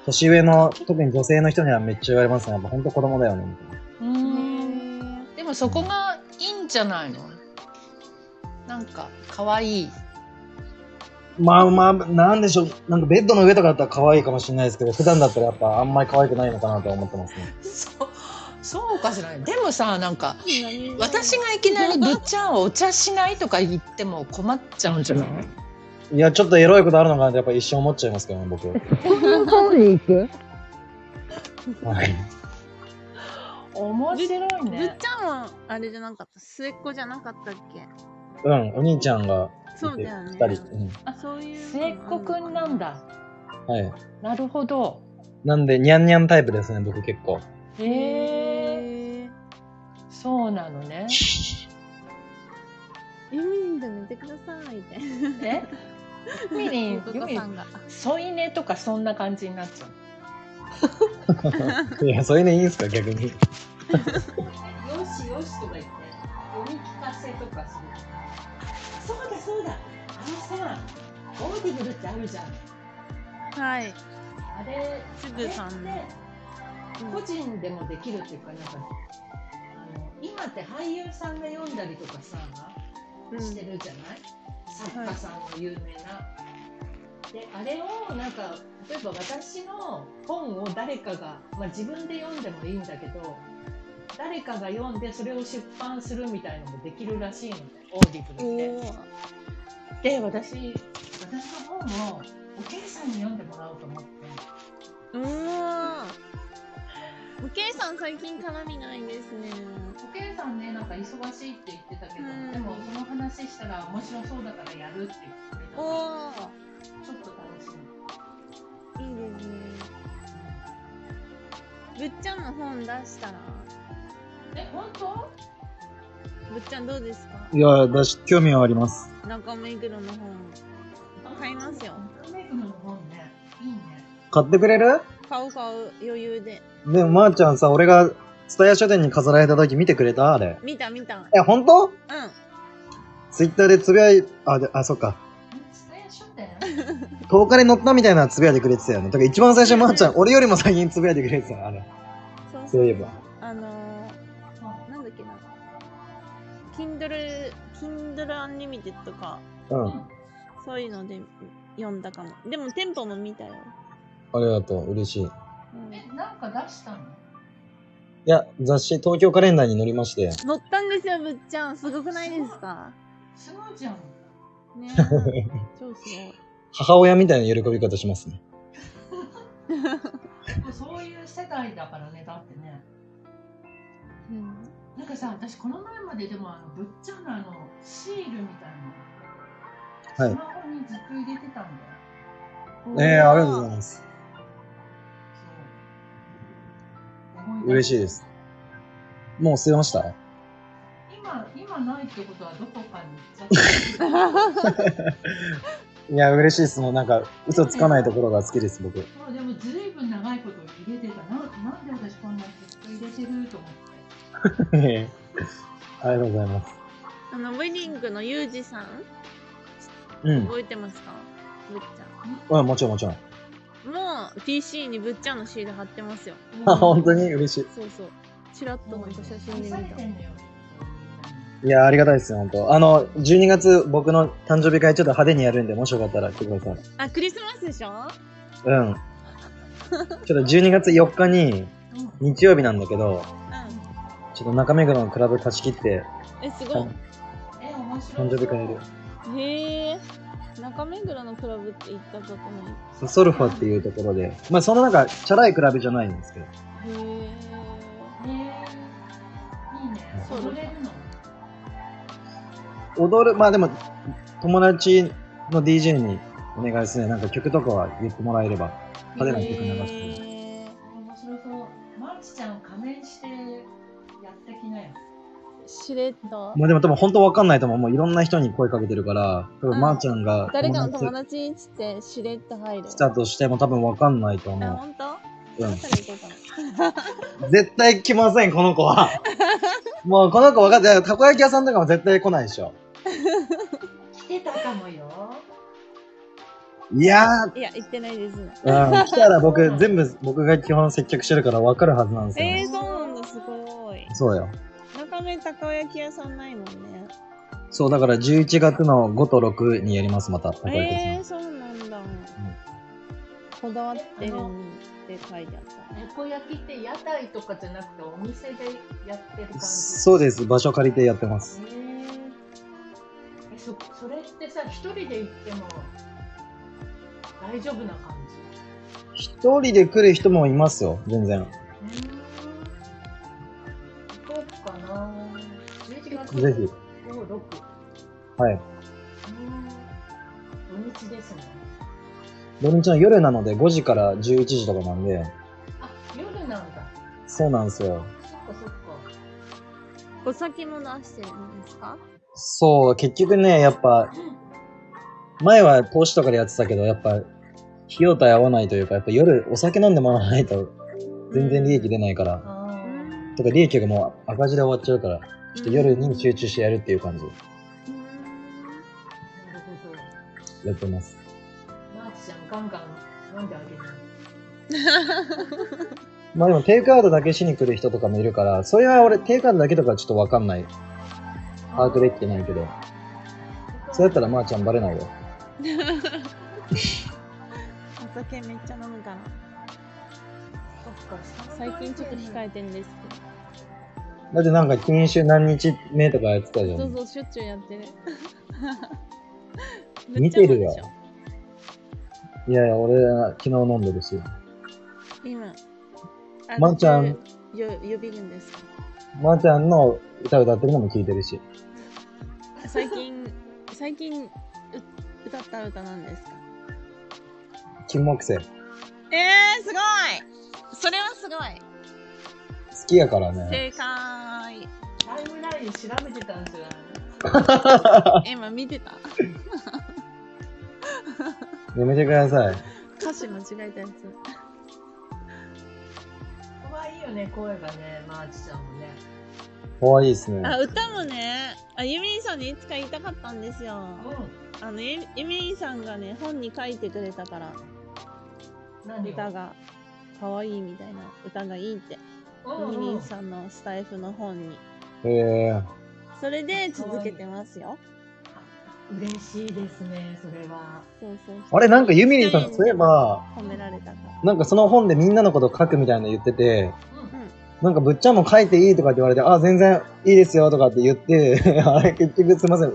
Speaker 4: 年上の、特に女性の人にはめっちゃ言われますね。やっぱ本当子供だよね、みたいな。
Speaker 1: う
Speaker 3: うー
Speaker 1: ん
Speaker 3: ん
Speaker 1: でもそこがいいんじゃないのなんか可愛い
Speaker 4: まあまあ、なんでしょう。なんかベッドの上とかだったら可愛いかもしれないですけど、普段だったらやっぱあんまり可愛くないのかなとは思ってますね。
Speaker 1: そうそうかしらねでもさなんか
Speaker 3: 何
Speaker 1: 私がいきなり「ぶっちゃんはお茶しない?」とか言っても困っちゃうんじゃない
Speaker 4: いや、ちょっとエロいことあるのかなってやっぱ一生思っちゃいますけどね、 僕。
Speaker 5: 向こうで行く
Speaker 4: はい。
Speaker 1: 面白い
Speaker 3: ぶっ
Speaker 1: ね
Speaker 3: ちゃんはあれじゃなかった末っ子じゃなかったっけ
Speaker 4: うん、お兄ちゃんが
Speaker 3: そう
Speaker 4: いて
Speaker 3: だよね
Speaker 4: 二人、うん。
Speaker 3: そういう
Speaker 1: 末っ子くんなんだ
Speaker 4: はい。
Speaker 1: なるほど
Speaker 4: なんで、ニャンニャンタイプですね、僕結 構。
Speaker 1: へ
Speaker 3: へ
Speaker 1: え
Speaker 3: え
Speaker 1: そうなのね
Speaker 3: ユミリンと寝てくださいみたいな
Speaker 1: えユミリン
Speaker 3: ゆ
Speaker 1: ユ
Speaker 3: こ
Speaker 1: ミリ
Speaker 3: さ
Speaker 1: ン
Speaker 3: んが
Speaker 1: 添い寝とかそんな感じになっちゃう
Speaker 4: いや、そういうのいいんすか、逆に。
Speaker 1: よしよしとか言って読み聞かせとかするそうだそうだあのさオーディブルってあるじゃん
Speaker 3: はい
Speaker 1: あれ
Speaker 3: すぐさん
Speaker 1: あれって個人でもできるっていうかなんかあの今って俳優さんが読んだりとかさ
Speaker 3: うん
Speaker 1: してるじゃない、作家さんの有名な。であれをなんか例えば私の本を誰かが、まあ、自分で読んでもいいんだけど誰かが読んでそれを出版するみたいのもできるらしいのねオーディブルって。
Speaker 3: おー
Speaker 1: で私私の本をおけいさんに読んでもらおうと思って。
Speaker 3: うーんおけいさん最近絡みないですね
Speaker 1: おけいさんねなんか忙しいって言ってたけど、
Speaker 3: うん
Speaker 1: でもその話したら面白そうだからやるって言ってた
Speaker 3: お
Speaker 1: から
Speaker 3: お
Speaker 1: ちょっと楽しみ
Speaker 3: いいですねぶっちゃんの本出したら
Speaker 1: え本当
Speaker 3: ぶっちゃんどうですか
Speaker 4: いや、だし、興味はあります。
Speaker 3: 中目黒の本買いますよ
Speaker 1: メイクの本ねいいね
Speaker 4: 買ってくれる
Speaker 3: 買う買う余裕で
Speaker 4: でも、まー、ちゃんさ、俺が、ツタヤ書店に飾られた時見てくれたあれ。
Speaker 3: 見た見たうん
Speaker 4: え、本当ツイッターでつぶやい、あ、で、あ、そっか。
Speaker 1: 蔦屋書店
Speaker 4: 10日で乗ったみたいなつぶやいてくれてたよね。だから一番最初、まー、ちゃん、俺よりも先につぶやいてくれてたよ、あれ。
Speaker 3: そう
Speaker 4: そういえば。
Speaker 3: あのー、なんだっけな Kindle Kindle Unlimited とか
Speaker 4: うん。
Speaker 3: そういうので読んだかもでも店舗も見たよ、
Speaker 4: ありがとう。嬉しい。い
Speaker 3: うん
Speaker 1: えなんか出したの
Speaker 4: や、雑誌、東京カレンダーに載りまして。
Speaker 3: 乗ったんですよぶっちゃんすごくないですか
Speaker 1: すごいじゃん
Speaker 3: ね え超す
Speaker 4: 母親みたいな喜び方しますね。
Speaker 1: もうそういう世代だからねだってね
Speaker 3: ごい、うん、
Speaker 1: なんかさ私この前まででもあのぶっちゃんのあのシールみたいな
Speaker 4: はい
Speaker 1: のスマホにずっと入れてたんだよ、
Speaker 4: ええありがとうございます。
Speaker 1: そう
Speaker 4: 嬉しいです。もう捨てました
Speaker 1: 今今ないってことはどこかに行っちゃった
Speaker 4: いや、嬉しいです。もうなんか、嘘つかないところが好きです、 僕。
Speaker 1: そうでもずいぶん長いこと入れてたななんで私こんなずっと入れてると思って
Speaker 4: ありがとうございます。
Speaker 3: あのウェディングのユージさん
Speaker 4: うん。
Speaker 3: 覚えてますかぶっちゃ
Speaker 4: うん、もちろんもちろん。
Speaker 3: んもう PC にぶっちゃんのシール貼ってますよ
Speaker 4: あ、 本当に嬉し
Speaker 3: そうそうちらっとなんか写真で見
Speaker 1: 愛さ
Speaker 3: た
Speaker 1: れてんのよ
Speaker 4: い。いや、ありがたいですよ、本当。あの、12月僕の誕生日会ちょっと派手にやるんで、もしよかったら来てください。
Speaker 3: あクリスマスでしょ
Speaker 4: うん。ちょっと12月4日に、
Speaker 1: うん
Speaker 4: 日曜日なんだけど、
Speaker 3: う
Speaker 4: ちょっと中目黒のクラブ貸し切って、
Speaker 3: んえす
Speaker 4: あ
Speaker 3: ご
Speaker 4: の
Speaker 1: え面白い
Speaker 4: 誕生日会やる。
Speaker 3: いへえ中目黒のクラブって行ったことない。
Speaker 4: そうソルファっていうところで、まあそのなんか、チャラいクラブじゃないんですけど、
Speaker 3: へ
Speaker 1: え
Speaker 3: え。
Speaker 1: ー、いいね。
Speaker 3: そう
Speaker 1: 踊れるの。
Speaker 4: 踊る、まあでも、友達の DJ にお願いですね。なんか曲とかは言ってもらえれば、派手な曲流して
Speaker 3: へー
Speaker 1: 面白そう。マーチちゃん仮面してやってきなよ。
Speaker 3: しれっと。
Speaker 4: まあでも多分本当わかんないと思う。もういろんな人に声かけてるから、
Speaker 3: う
Speaker 4: 多
Speaker 3: ん
Speaker 4: 分まーちゃんが
Speaker 3: 誰かの友
Speaker 4: 友達
Speaker 3: 達につってしれっと入る。
Speaker 4: 来たとしても多分わかんないと
Speaker 3: あ、
Speaker 4: 思
Speaker 3: 本当？
Speaker 4: う。う
Speaker 3: どうしたら行こうかな。
Speaker 4: ん。絶対来ません、この子は。 もうこの子わかんない。たこ焼き屋さんとかも絶対来ないでしょ。
Speaker 1: 来てたかもよ。
Speaker 4: いや
Speaker 3: いや、行ってないです。
Speaker 4: ー、うん、来たら僕、全部僕が基本接客してるからわかるはずなんですよ
Speaker 3: え
Speaker 4: ね。
Speaker 3: ー、そうなんだ、すごい。
Speaker 4: そうよ。
Speaker 3: 中目たこ焼き屋さんないもんね。
Speaker 4: そう、だから11月の5と6にやります、また。たこ焼き屋さん
Speaker 3: えー、そうなんだ。こだわってるって書いてあったね。
Speaker 1: たこ焼きって屋台とかじゃなくてお店でやってる感じ。
Speaker 4: そうです、場所借りてやってます。
Speaker 1: へーえそそれってさ一人で行っても大丈夫な感
Speaker 4: 一人で来る人もいますよ、全然。
Speaker 1: じどうかな11月
Speaker 4: ぜひ。
Speaker 1: 5、6
Speaker 4: はい。
Speaker 1: うん土日ですね
Speaker 4: 土日の夜なので5時から11時とかなんで、
Speaker 1: あ夜なんだ
Speaker 4: そうなんですよ。
Speaker 1: そっかそっか
Speaker 3: お酒も出してるんですか
Speaker 4: そう、結局ね、やっぱ、前は投資とかでやってたけど、やっぱ、費用対合わないというか、やっぱ夜お酒飲んでもらわないと全然利益出ないから、
Speaker 1: あー
Speaker 4: とか利益がもう赤字で終わっちゃうから、ちょっと夜に集中してやるっていう感じで
Speaker 1: なるほど
Speaker 4: やってます。
Speaker 1: マーチちゃんガンガン飲んであげる
Speaker 4: まあでもテイクアウトだけしに来る人とかもいるから、それは俺テイクアウトだけとかちょっとわかんない。把握できてないけど。そうやったらまーちゃんバレないよ。
Speaker 3: お酒めっちゃ飲むから。
Speaker 1: そっか
Speaker 3: 最近ちょっと控えてんです
Speaker 4: だってなんか禁酒何日目とかやってたじ
Speaker 3: け
Speaker 4: ゃ。
Speaker 3: ど。どうんぞ、しょっちゅうやって る。
Speaker 4: 見てるよ
Speaker 3: めっちゃ飲む
Speaker 4: いやいや、俺は昨日飲んでるし。
Speaker 3: でしょ今。あ
Speaker 4: まんちゃん。
Speaker 3: ゆ予備軍ですか
Speaker 4: まーちゃんの歌歌ってるのも聞いてるし。
Speaker 3: 最近、最近、う歌った歌なんですか
Speaker 4: 金木犀。好
Speaker 3: えー、すごいそれはすごい
Speaker 4: きやからね。
Speaker 3: 正解
Speaker 1: タイムライン調べてたんじゃない
Speaker 3: 今見てた
Speaker 4: やめてください。
Speaker 3: 歌詞間違えたやつ
Speaker 1: 可愛いよね声がねマーチちゃんもね
Speaker 4: かわいいですね。
Speaker 3: あ歌もねあユミンさんにいつか言いたかったんですよ
Speaker 1: う
Speaker 3: あのユユミンさんがね本に書いてくれたから
Speaker 1: ん何
Speaker 3: 歌
Speaker 1: を
Speaker 3: が可愛いみたいな歌がいいって
Speaker 1: うん
Speaker 3: ユ
Speaker 1: う
Speaker 3: ミ
Speaker 1: ん
Speaker 3: ンさんのスタイフの本に
Speaker 4: えー、
Speaker 3: それで続けてますよ
Speaker 1: 嬉しいですねそれは
Speaker 3: そうそうそう
Speaker 4: あれなんかユミリンさんそういえば
Speaker 3: 褒められたから
Speaker 4: なんかその本でみんなのこと書くみたいなの言ってて、
Speaker 1: うん
Speaker 4: なんかぶっちゃんも書いていいとかって言われて、あ、全然いいですよとかって言って、 あれ結局すみません。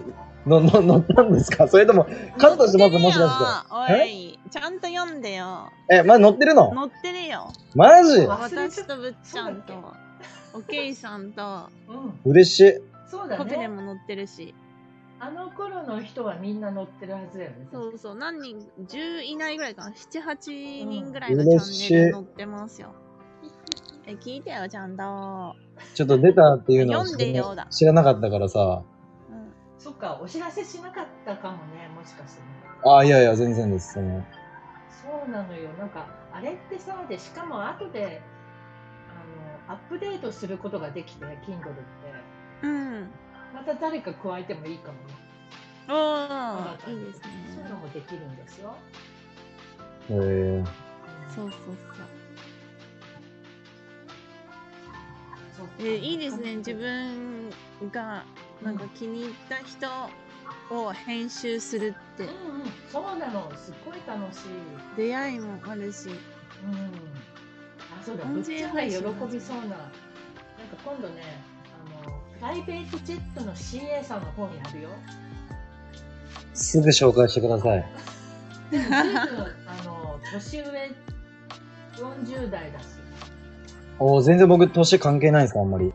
Speaker 4: の、の、乗ったんですかそれとも、カットしてますもしか
Speaker 3: 乗ってるよおいちゃんと読んでよ
Speaker 4: して。え、ま、乗ってるの
Speaker 3: 乗ってるよ
Speaker 4: マジ
Speaker 1: あ忘れちゃ
Speaker 3: 私
Speaker 1: っ
Speaker 3: とぶっちゃんと
Speaker 1: そう
Speaker 3: おけいさんと
Speaker 1: うん
Speaker 4: 嬉しい。
Speaker 1: そうだ
Speaker 3: コペレ
Speaker 1: ね
Speaker 3: も乗ってるし
Speaker 1: あの頃の人はみんな乗ってるはずだよね
Speaker 3: そうそう何人10以内ぐらいかな78人ぐらい
Speaker 4: うん
Speaker 3: のチャンネ
Speaker 4: 嬉し
Speaker 3: ル
Speaker 4: い
Speaker 3: 乗ってますよえ聞いてよちゃんと、
Speaker 4: ちょっと出たっていうのを
Speaker 3: 読んでよだ
Speaker 4: 知らなかったからさ。
Speaker 3: うん、
Speaker 1: そっかお知らせしなかったかもねもしかしてね
Speaker 4: あ、いやいや、全然です。その
Speaker 1: そうなのよなんかあれってさでしかも後であのアップデートすることができて Kindle って
Speaker 3: うん。
Speaker 1: また誰か加えてもいいかもね
Speaker 3: お
Speaker 1: 新た
Speaker 3: ー、い
Speaker 1: に
Speaker 3: いです
Speaker 1: そういう
Speaker 3: ね
Speaker 1: の。もできるんですよ
Speaker 4: えー、
Speaker 3: そうそうそう。
Speaker 1: そう
Speaker 3: えいいですね。自分がなんか気に入った人を編集するっ
Speaker 1: う
Speaker 3: て。
Speaker 1: んうんそうなのすっごい楽しい
Speaker 3: 出会いもあるし。
Speaker 1: うんあそうだぶ
Speaker 3: 音
Speaker 1: っち
Speaker 3: 声
Speaker 1: ゃんが
Speaker 3: 配
Speaker 1: 喜
Speaker 3: 信
Speaker 1: びそうななんか今度ね あのプライベートジェットの CA さんの方にあるよ
Speaker 4: すぐ紹介してください。
Speaker 6: でも随分あの年上40代だし
Speaker 4: おー全然僕、年関係ないんですか、あんまり。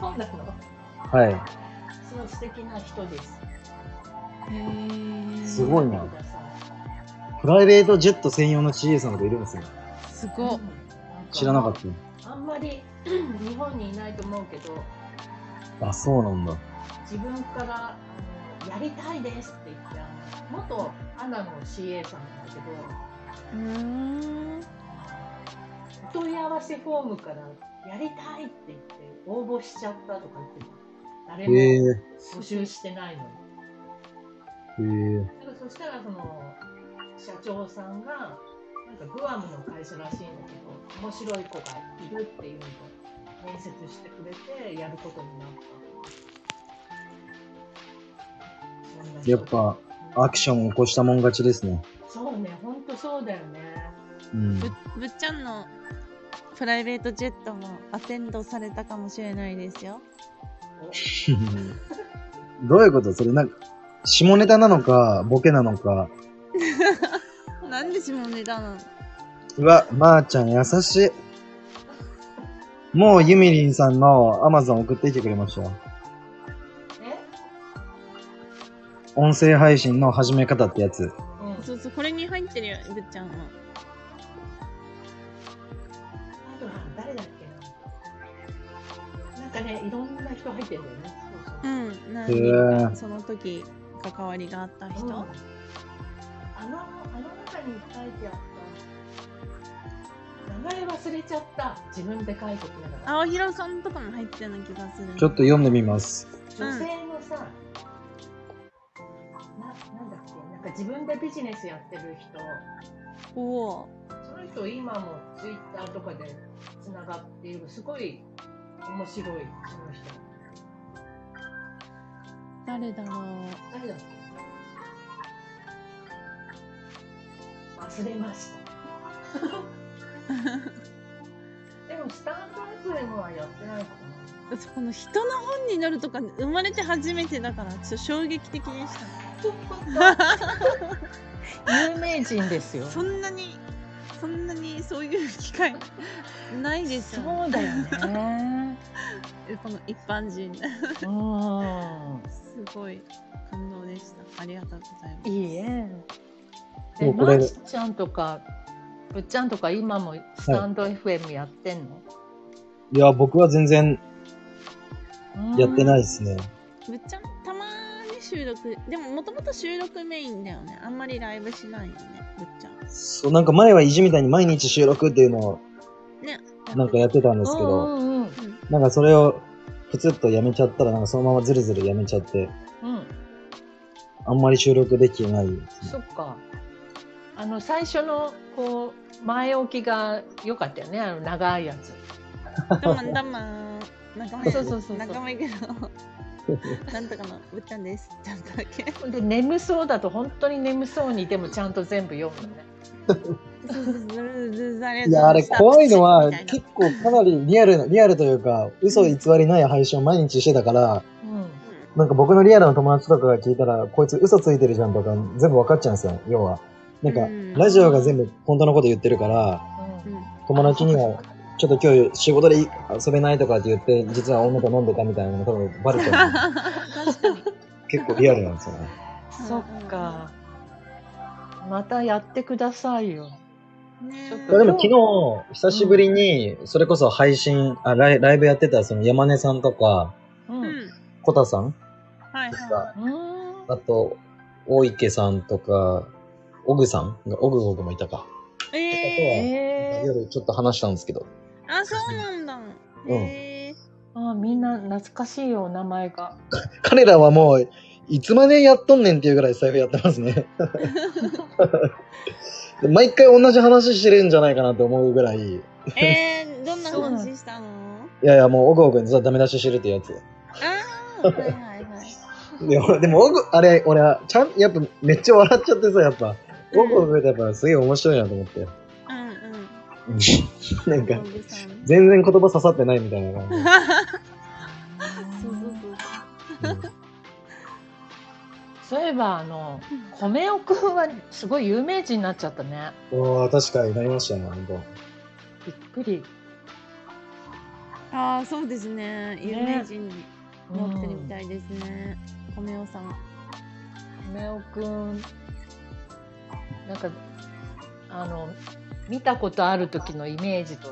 Speaker 6: そうなの
Speaker 4: はい。
Speaker 6: そう素敵な人です
Speaker 4: すごいな
Speaker 6: 見てくださ
Speaker 4: プライベートジェット専用の CA さんとかいるんですね。
Speaker 3: す
Speaker 6: い
Speaker 3: ご
Speaker 6: う
Speaker 3: っ
Speaker 6: ん
Speaker 4: 知らなかった。
Speaker 6: あんまり日本にいないと思うけど
Speaker 4: あ、そうなんだ。
Speaker 6: 自分からあのやりたいですって言ってあの元アナの CA さんなんだけど
Speaker 3: うーん
Speaker 6: お問い合わせフォームからやりたいって言って応募しちゃったとか言っても誰
Speaker 4: へえ
Speaker 6: も募集してないのに、
Speaker 4: へえ
Speaker 6: だからそしたらその社長さんがなんかグアムの会社らしいんだけど面白い子がいるっていうのを面接してくれてやることになったそんな人
Speaker 4: やっぱ、アクションを起こしたもん勝ちですね。
Speaker 6: そうねほんとそうだよね
Speaker 4: うん。
Speaker 3: ぶぶっちゃんのプライベートジェットもアテンドされたかもしれないですよ
Speaker 4: どういうことそれなんか、下ネタなのか、ボケなのか。
Speaker 3: なんで下ネタなの
Speaker 4: うわ、まー、ちゃん優しい。もうユミリンさんの Amazon 送ってきてくれましたよ。
Speaker 6: え
Speaker 4: 音声配信の始め方ってやつ。
Speaker 6: うんあ
Speaker 3: そうそうこれに入ってるよぶっちゃんは
Speaker 6: とは誰だっけななんかねいろんな人入ってるんだよねそう
Speaker 3: う
Speaker 6: そうん
Speaker 3: 何人
Speaker 4: へえ
Speaker 3: かその時関わりがあった人、
Speaker 6: うんあのあの中に書いてあった名前忘れちゃった自分で書いてくれなかっ
Speaker 3: 青広さんとかも入ってたような気がする
Speaker 4: ちょっと読んでみます。
Speaker 6: た女性のさ、ななんだっけなんか自分でビジネスやってる人
Speaker 3: おお
Speaker 6: その人今もツイッターとかでつながっているすごい面白いその人
Speaker 3: 誰だろう
Speaker 6: 誰だっけ忘れましたでもスタンド FM はやってないか
Speaker 3: だ ってこの人の本になるとか生まれて初めてだからちょっと衝撃的でし
Speaker 1: 有名人ですよ
Speaker 3: たそんなにそんなにそういう機会ないですよね
Speaker 1: そうだよね
Speaker 3: この一般人
Speaker 1: うん
Speaker 3: すごい感動でしたありがとうございます
Speaker 1: いいえ。
Speaker 4: も
Speaker 1: で、
Speaker 4: うこ
Speaker 1: ま
Speaker 4: れ
Speaker 1: ーちゃんとか、ぶっちゃんとか今もスタンド FM やってんの、
Speaker 4: いや、僕は全然やってない
Speaker 1: い。
Speaker 4: ですね。
Speaker 3: ぶっちゃんたまに収録でももともと収録メインだよねあんまりライブしないよねぶっちゃん
Speaker 4: そう、なんか前は意地みたいに毎日収録っていうのを
Speaker 3: ね
Speaker 4: なんかやってたんで
Speaker 1: う
Speaker 4: すけ
Speaker 1: ん
Speaker 4: ど、
Speaker 1: うんうん。
Speaker 4: なんかそれをプツッとやめちゃったら、なんかそのままずるずるやめちゃって、
Speaker 1: うん、
Speaker 4: あんまり収録できてないですね。
Speaker 1: そっか。あの、最初の、こう、前置きが良かったよね。あの、長いやつ。
Speaker 3: だ まんだまん仲間
Speaker 1: そうそうそうそう
Speaker 3: 仲間いけど なんとかのぶっちゃんですちゃんとだけ
Speaker 1: で、眠そうだと本当に眠そうにでもちゃんと全部読むのね。
Speaker 3: そうそうそうありがとうござい
Speaker 4: いや、あれ怖いのは、
Speaker 3: みたいな
Speaker 4: 結構かなりリアルな、リアルというか、嘘偽りない配信を毎日してたから、
Speaker 1: うん。
Speaker 4: なんか僕のリアルの友達とかが聞いたら、こいつ嘘ついてるじゃんとか、全部わかっちゃうんですよ、要は。なんか
Speaker 3: うん、
Speaker 4: ラジオが全部本当のこと言ってるから、
Speaker 1: うん
Speaker 4: 友達には、ちょっと今日仕事で遊べないとかって言って、実は女と飲んでたみたいなのが多分バ レちゃう。
Speaker 3: 確かに
Speaker 4: 結構リアルなんですよね。
Speaker 1: そっか。またやってくださいよ。
Speaker 3: ね
Speaker 1: ちょっ
Speaker 4: いや
Speaker 1: と
Speaker 4: でも昨日、久しぶりに、それこそ配信、あライライブやってたその山根さんとか、
Speaker 1: うん。
Speaker 3: う
Speaker 1: うん
Speaker 4: コタさん
Speaker 3: はいは
Speaker 1: ーん
Speaker 4: あと、大池さんとか、オグさんが、オグオグもいたか。
Speaker 3: いえ
Speaker 1: え
Speaker 4: え
Speaker 1: ー、
Speaker 4: 夜ちょっと話したんですけど。
Speaker 3: ー、あそうなんだ
Speaker 4: うん
Speaker 3: へえ
Speaker 1: あーみんな懐かしいよお名前が。
Speaker 4: 彼らはもう、いつまでやっとんねんっていうぐらい財布やってますね。で毎回同じ話してるんじゃないかなって思うぐらい、い
Speaker 3: えー、どんな話したの
Speaker 4: やいやもうオグオグにさダメ出ししてるってやつ。
Speaker 3: あーはいはいはい
Speaker 4: で俺でもオグ、あれ、俺は、ちゃん、やっぱめっちゃ笑っちゃってさ、やっぱ。オグオグってやっぱすげえ面白いなと思って。
Speaker 3: うんうん
Speaker 4: なんか
Speaker 3: お、じさん
Speaker 4: 全然言葉刺さってないみたいな感
Speaker 3: そうそうそう
Speaker 4: じ。うん
Speaker 1: そういえばあの米尾くんはすごい有名人になっちゃったね
Speaker 4: おー確かになりましたね、本当。
Speaker 1: びっくり
Speaker 3: ああ、そうですね。有名人に
Speaker 1: 思
Speaker 3: なってるみたいですね。米尾さん。
Speaker 1: メオくん、なんか、あの、見たことある時のイメージと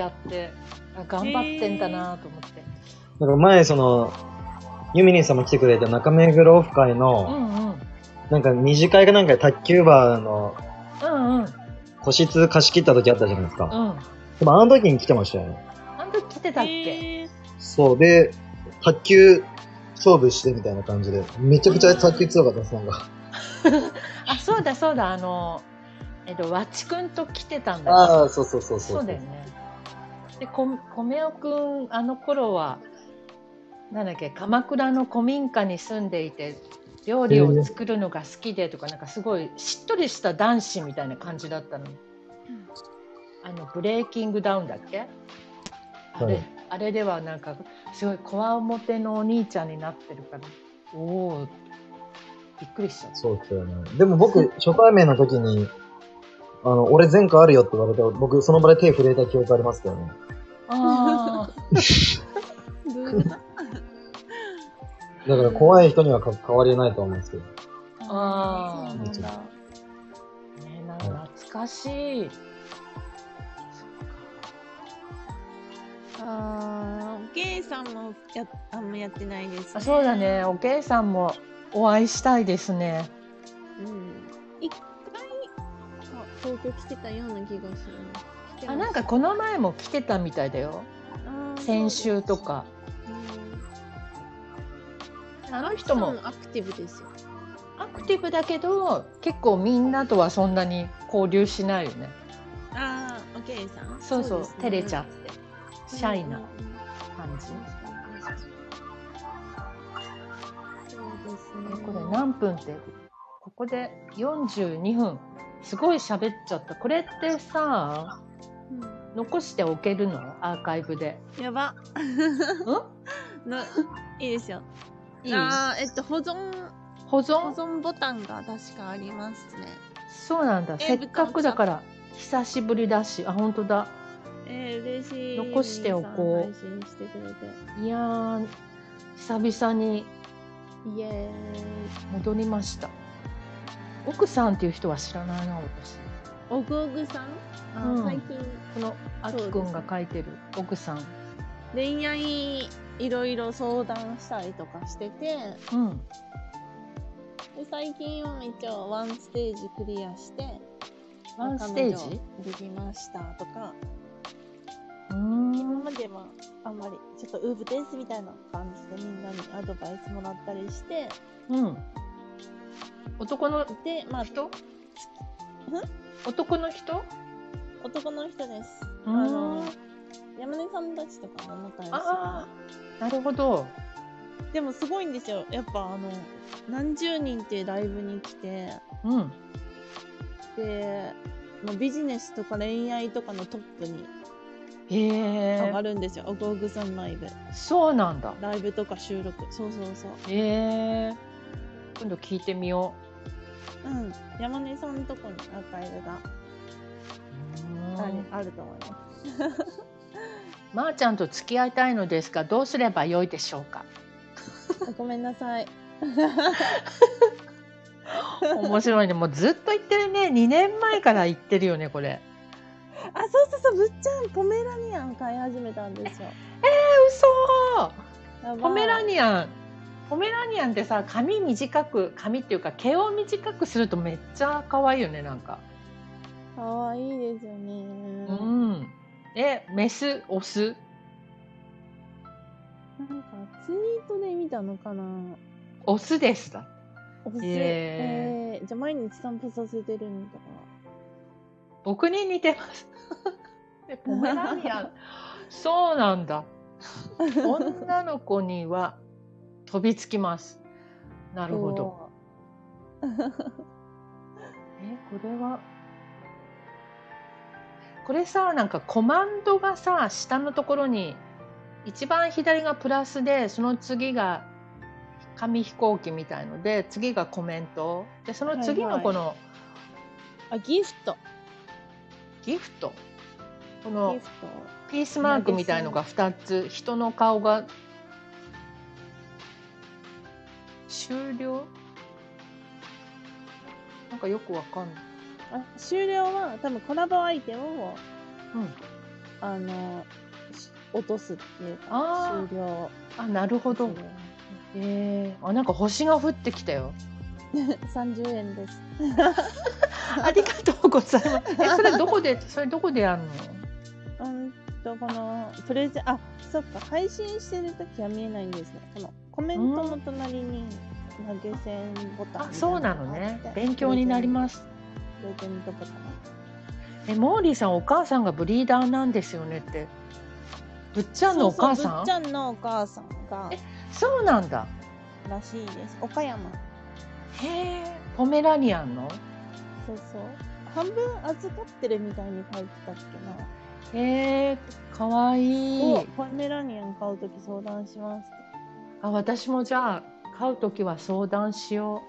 Speaker 1: 違って、あ頑張ってんだなと思って。
Speaker 4: なんか前、その、ユミリンさんも来てくれた中目黒オフ会
Speaker 1: う
Speaker 4: の、
Speaker 1: んうん。
Speaker 4: なんか二次会かなんかで卓球バーの
Speaker 1: うんうん。うん。
Speaker 4: 個室貸し切った時あったじゃないですか。
Speaker 1: あ
Speaker 4: でもあの時に来てましたよね。
Speaker 1: の時来てたっけ、
Speaker 3: へー
Speaker 4: そうで、卓球勝負してみたいな感じで、めちゃくちゃ卓球強かったです、なんか。
Speaker 1: あ、そうだそうだ、あの、えっと、わちくんと来てたんだよ
Speaker 4: ああ、そうそうそうそう。
Speaker 1: そうだよね。で、こ米尾くん、あの頃は、なんだっけ、鎌倉の古民家に住んでいて、料理を作るのが好きでとか、なんかすごいしっとりした男子みたいな感じだったのに。あの、ブレイキングダウンだっけあれ、
Speaker 4: はい
Speaker 1: あれではなんか、すごいこわもてのお兄ちゃんになってるから、おおびっくりしちゃった。
Speaker 4: そうですよね。でも僕、初対面の時に、あの、俺前科あるよって言われて、僕その場で手震えた記憶ありますけど ね。
Speaker 1: あー
Speaker 3: どういうこと
Speaker 4: だから怖い人にはか変わりないと思うんですけど。
Speaker 1: あー
Speaker 3: そうなんだ。
Speaker 1: ねなんか懐かしい。
Speaker 3: ああ、おけいさんもやあんまやってないです、
Speaker 1: あそうだ。ね、おけいさんもお会いしたいですね。
Speaker 3: うん。一回あ東京来てたような気がする。来てま
Speaker 1: あ、
Speaker 3: す
Speaker 1: なんかこの前も来てたみたいだよ。
Speaker 3: あー
Speaker 1: 先週とか。あの人
Speaker 3: う
Speaker 1: も
Speaker 3: んアクティブですよ。
Speaker 1: アクティブだけど、結構みんなとはそんなに交流しないよね。
Speaker 3: ああ、おけいさん。
Speaker 1: そうそう、
Speaker 3: ですね
Speaker 1: 照れちゃって。シャイな感じ。
Speaker 3: そうですね。
Speaker 1: これ何分って、ここで42分。すごい喋っちゃった。これってさ、
Speaker 3: う
Speaker 1: 残しておけるのアーカイブで。
Speaker 3: んやば。
Speaker 1: ん
Speaker 3: のいいですよ。
Speaker 1: いい
Speaker 3: あーえっと保存
Speaker 1: 保
Speaker 3: 保
Speaker 1: 存
Speaker 3: 存ボタンが確かありますね。
Speaker 1: そうなんだ。
Speaker 3: え
Speaker 1: せっかくだから、久しぶりだし、あ、本当だ。
Speaker 3: えー、嬉しい。
Speaker 1: 残しておこう
Speaker 3: 皆さん配信してくれて。
Speaker 1: いやー、久々に
Speaker 3: イエーイ。
Speaker 1: 戻りました。奥さんっていう人は知らないな、私。
Speaker 3: おぐおぐさん、あー
Speaker 1: うん
Speaker 3: 最近
Speaker 1: この、あきくんが書いてる奥さん。
Speaker 3: 恋愛いろいろ相談したりとかしてて、
Speaker 1: うん。
Speaker 3: で最近は一応ワンステージクリアして、
Speaker 1: ワンステー
Speaker 3: 彼
Speaker 1: ジ
Speaker 3: 女できましたとか、
Speaker 1: うー
Speaker 3: 今
Speaker 1: ん。
Speaker 3: まではあんまりちょっとウーブですみたいな感じでみんなにアドバイスもらったりして、
Speaker 1: うん。男の
Speaker 3: で、まあ、
Speaker 1: 人男の人
Speaker 3: 男の人です。
Speaker 1: うー
Speaker 3: あ
Speaker 1: ん
Speaker 3: の、山根さんたちとかも仲良し
Speaker 1: ああ、なるほど。
Speaker 3: でもすごいんですよ。やっぱあの、何十人っていうライブに来て、
Speaker 1: うん。
Speaker 3: で、まあ、ビジネスとか恋愛とかのトップに
Speaker 1: へ
Speaker 3: 上
Speaker 1: え
Speaker 3: が、るんですよ。おごぐさんライブ。
Speaker 1: そうなんだ。
Speaker 3: ライブとか収録。そうそうそう。
Speaker 1: へえ。今度聞いてみよ
Speaker 3: うん。山根さんとこにアーカイブが
Speaker 1: う。う
Speaker 3: あ
Speaker 1: ー
Speaker 3: る,、
Speaker 1: ん
Speaker 3: あると思いま
Speaker 1: まー、ちゃんと付き合いたいのですがどうすればよいでしょう か
Speaker 3: す。ごめんなさい。
Speaker 1: 面白いねもうずっと言ってるね2年前から言ってるよねこれ
Speaker 3: あ、そうそうそう。ぶっちゃん、ポメラニアン飼い始めたんですよ。
Speaker 1: え嘘
Speaker 3: やばい
Speaker 1: ポメラニアンポメラニアンってさ髪短く髪っていうか毛を短くするとめっちゃ可愛いよねなんか
Speaker 3: かわいいですよね。
Speaker 1: うん、えメスオス
Speaker 3: なんかツイートで見たのかな。
Speaker 1: オスですだ
Speaker 3: おす
Speaker 1: へ
Speaker 3: えー、じゃあ毎日散歩させてるのか
Speaker 1: 僕に似てますでポメラニアンそうなん だ女の子には飛びつきますな
Speaker 3: な
Speaker 1: るほど。えこれはこれさなんかコマンドがさ下のところに一番左がプラスでその次が紙飛行機みたいので次がコメントでその次のこの
Speaker 3: あギフト
Speaker 1: ギフト、
Speaker 3: ギ
Speaker 1: この
Speaker 3: フト
Speaker 1: ピースマークみたいのが2つ人の顔が終了なんかよくわかんない。
Speaker 3: あ終了は多分コラボアイテムを
Speaker 1: うん、
Speaker 3: あのし落とすっていうか
Speaker 1: あ
Speaker 3: 終了
Speaker 1: ーあなるほ ど
Speaker 3: ですね
Speaker 1: えー、あなんか星が降ってきたよ
Speaker 3: 30円です
Speaker 1: ありがとうございます えそれどこでそれどこでやんの
Speaker 3: うんとこのプレゼンあそっか配信してる時は見えないんですねこのコメントの隣に投げ銭ボタン
Speaker 1: あそうなのね勉強になり
Speaker 3: す
Speaker 1: ます
Speaker 3: プレゼントボタン
Speaker 1: えモーリーさんお母さんがブリーダーなんですよねってぶっちゃんのお母
Speaker 3: そうそ
Speaker 1: さ
Speaker 3: うぶ
Speaker 1: ん
Speaker 3: っちゃんのお母さんが
Speaker 1: そうなんだ
Speaker 3: らしいです岡山
Speaker 1: へえポメラニアンの
Speaker 3: そうそう半分預かってるみたいに書いてたっけな
Speaker 1: へえかわい
Speaker 3: を
Speaker 1: い
Speaker 3: ポメラニアン買うとき相談します
Speaker 1: あ私もじゃあ買うときは相談しよ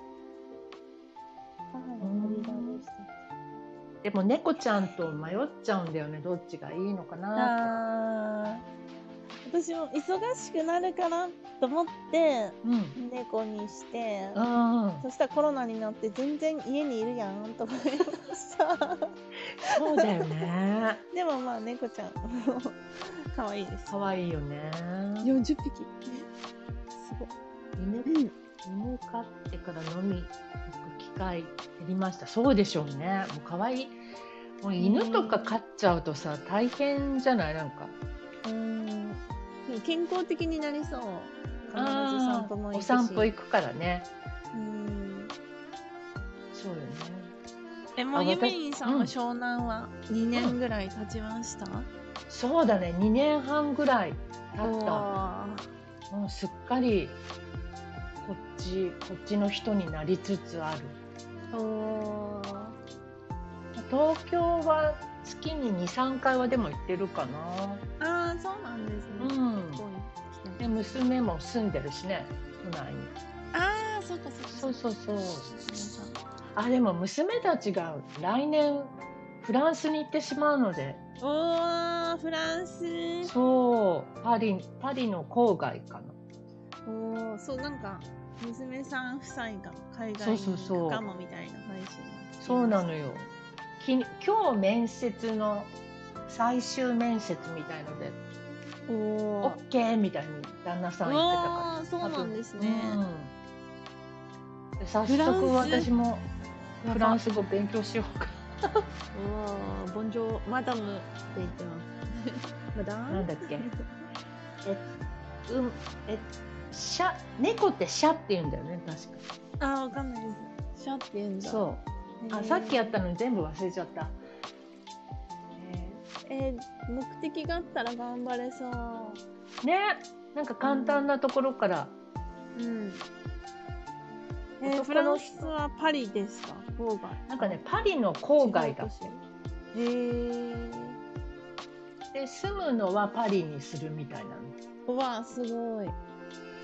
Speaker 3: 母のブリーダーでした
Speaker 1: うでも猫ちゃんと迷っちゃうんだよねどっちがいいのかなっ
Speaker 3: あー私も忙しくなるかなと思って
Speaker 1: てうん
Speaker 3: 猫にして
Speaker 1: うん
Speaker 3: そしたらコロナになって全然家にいるやんと思いました
Speaker 1: そうだよね
Speaker 3: でもまあ猫ちゃん可愛いです
Speaker 1: 可愛いよね
Speaker 3: 40匹すごい
Speaker 1: 犬犬飼ってから飲み行く機会減りましたそうでしょうねもう可愛いもう犬とか飼っちゃうとさ大変じゃないなんか
Speaker 3: うーん健康的になりそう。必ず散歩も
Speaker 1: あー
Speaker 3: 行
Speaker 1: お
Speaker 3: くし。
Speaker 1: 散歩行くからね
Speaker 3: うーん。
Speaker 1: そうよね
Speaker 7: え、もう
Speaker 1: あ
Speaker 7: ユ
Speaker 1: 私
Speaker 7: ミリンさん
Speaker 1: うん
Speaker 7: の湘南は2年ぐらい経ちました、
Speaker 1: そうだね2年半ぐらい経
Speaker 7: お
Speaker 1: っ
Speaker 7: ー
Speaker 1: たもうすっかりこっちこっちの人になりつつある
Speaker 3: おー
Speaker 1: 東京は月に23回はでも行ってるかな
Speaker 7: ああ、そうなんですね。
Speaker 1: うん
Speaker 7: すごい
Speaker 1: で娘も住んでるしね都内に
Speaker 7: ああ、そうかそうか。
Speaker 1: そうそうそう
Speaker 7: そうか。
Speaker 1: あでも娘たちが来年フランスに行ってしまうので
Speaker 3: おーフランス
Speaker 1: そうパリパリの郊外かな
Speaker 3: おーそうなんか娘さん夫妻が海
Speaker 1: そ
Speaker 3: 外
Speaker 1: うそう
Speaker 3: に
Speaker 1: そう
Speaker 3: 行くかもみたいな配信
Speaker 1: そうなのよき今日面接の最終面接みたいので
Speaker 3: おお
Speaker 1: OK みたいに旦那さん言ってたから
Speaker 3: おーそうなんですね、
Speaker 1: うんで早速
Speaker 7: フランス
Speaker 1: 私もフランス語勉強しようか
Speaker 7: おーボンジョーマダムって言ってます。
Speaker 3: まだ
Speaker 1: なんだっけえうんえシャ猫ってシャって言うんだよね確か
Speaker 3: あーわかんないですシャって言うんだ
Speaker 1: そう
Speaker 3: へー
Speaker 1: あさっきやったのに全部忘れちゃった
Speaker 3: えー目的があったら頑張れそう
Speaker 1: ねなんか簡単なところから、
Speaker 3: うんえー、フ
Speaker 1: 男
Speaker 3: ラ
Speaker 1: の
Speaker 3: ン
Speaker 1: 人
Speaker 3: スはパリですか郊外
Speaker 1: なんかねパリの郊外だって
Speaker 3: へえ
Speaker 1: で住むのはパリにするみたいなの
Speaker 3: うわすごい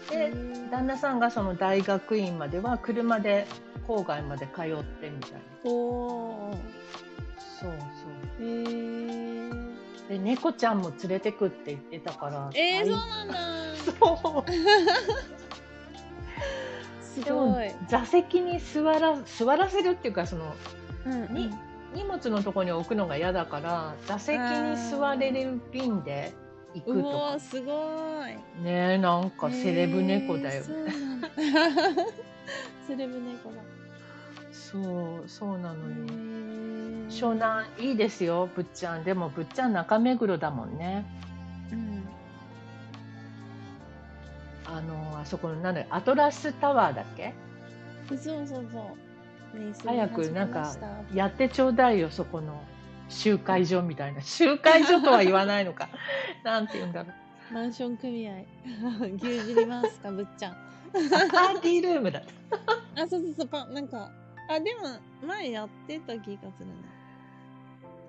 Speaker 1: で
Speaker 3: うん
Speaker 1: 旦那さんがその大学院までは車で郊外まで通ってみたいな
Speaker 3: おー
Speaker 1: そうそ
Speaker 3: へー
Speaker 1: うで猫ちゃんも連れてくって言ってたから
Speaker 3: え
Speaker 1: 大
Speaker 3: ー、そうなんだ
Speaker 1: そう
Speaker 3: す
Speaker 1: で
Speaker 3: ご
Speaker 1: も
Speaker 3: い
Speaker 1: 座席に座ら座らせるっていうかその
Speaker 3: うんう
Speaker 1: に荷物のとこに置くのが嫌だから座席に座れる便で行く
Speaker 3: う
Speaker 1: と
Speaker 3: お
Speaker 1: か
Speaker 3: ーすごい
Speaker 1: ねえなんかセレブ猫だよ、
Speaker 3: へーそうな んだセレブ猫だ
Speaker 1: そうそうなのよ
Speaker 3: へー
Speaker 1: 湘南いいですよぶっちゃんでもぶっちゃん中目黒だもんね
Speaker 3: うん
Speaker 1: あのあそこのなのアトラスタワーだっけ
Speaker 3: そうそうそうね
Speaker 1: 早くなんか
Speaker 3: 急ぎ始めました
Speaker 1: やってちょうだいよそこの集会所みたいな 集会所とは言わないのか なんて言うんだろう
Speaker 3: マンション組合 牛耳りますかぶっちゃん
Speaker 1: あパーティールームだ
Speaker 3: あ、そうそうそう、パン、なんか、あ、でも、前やってた気がする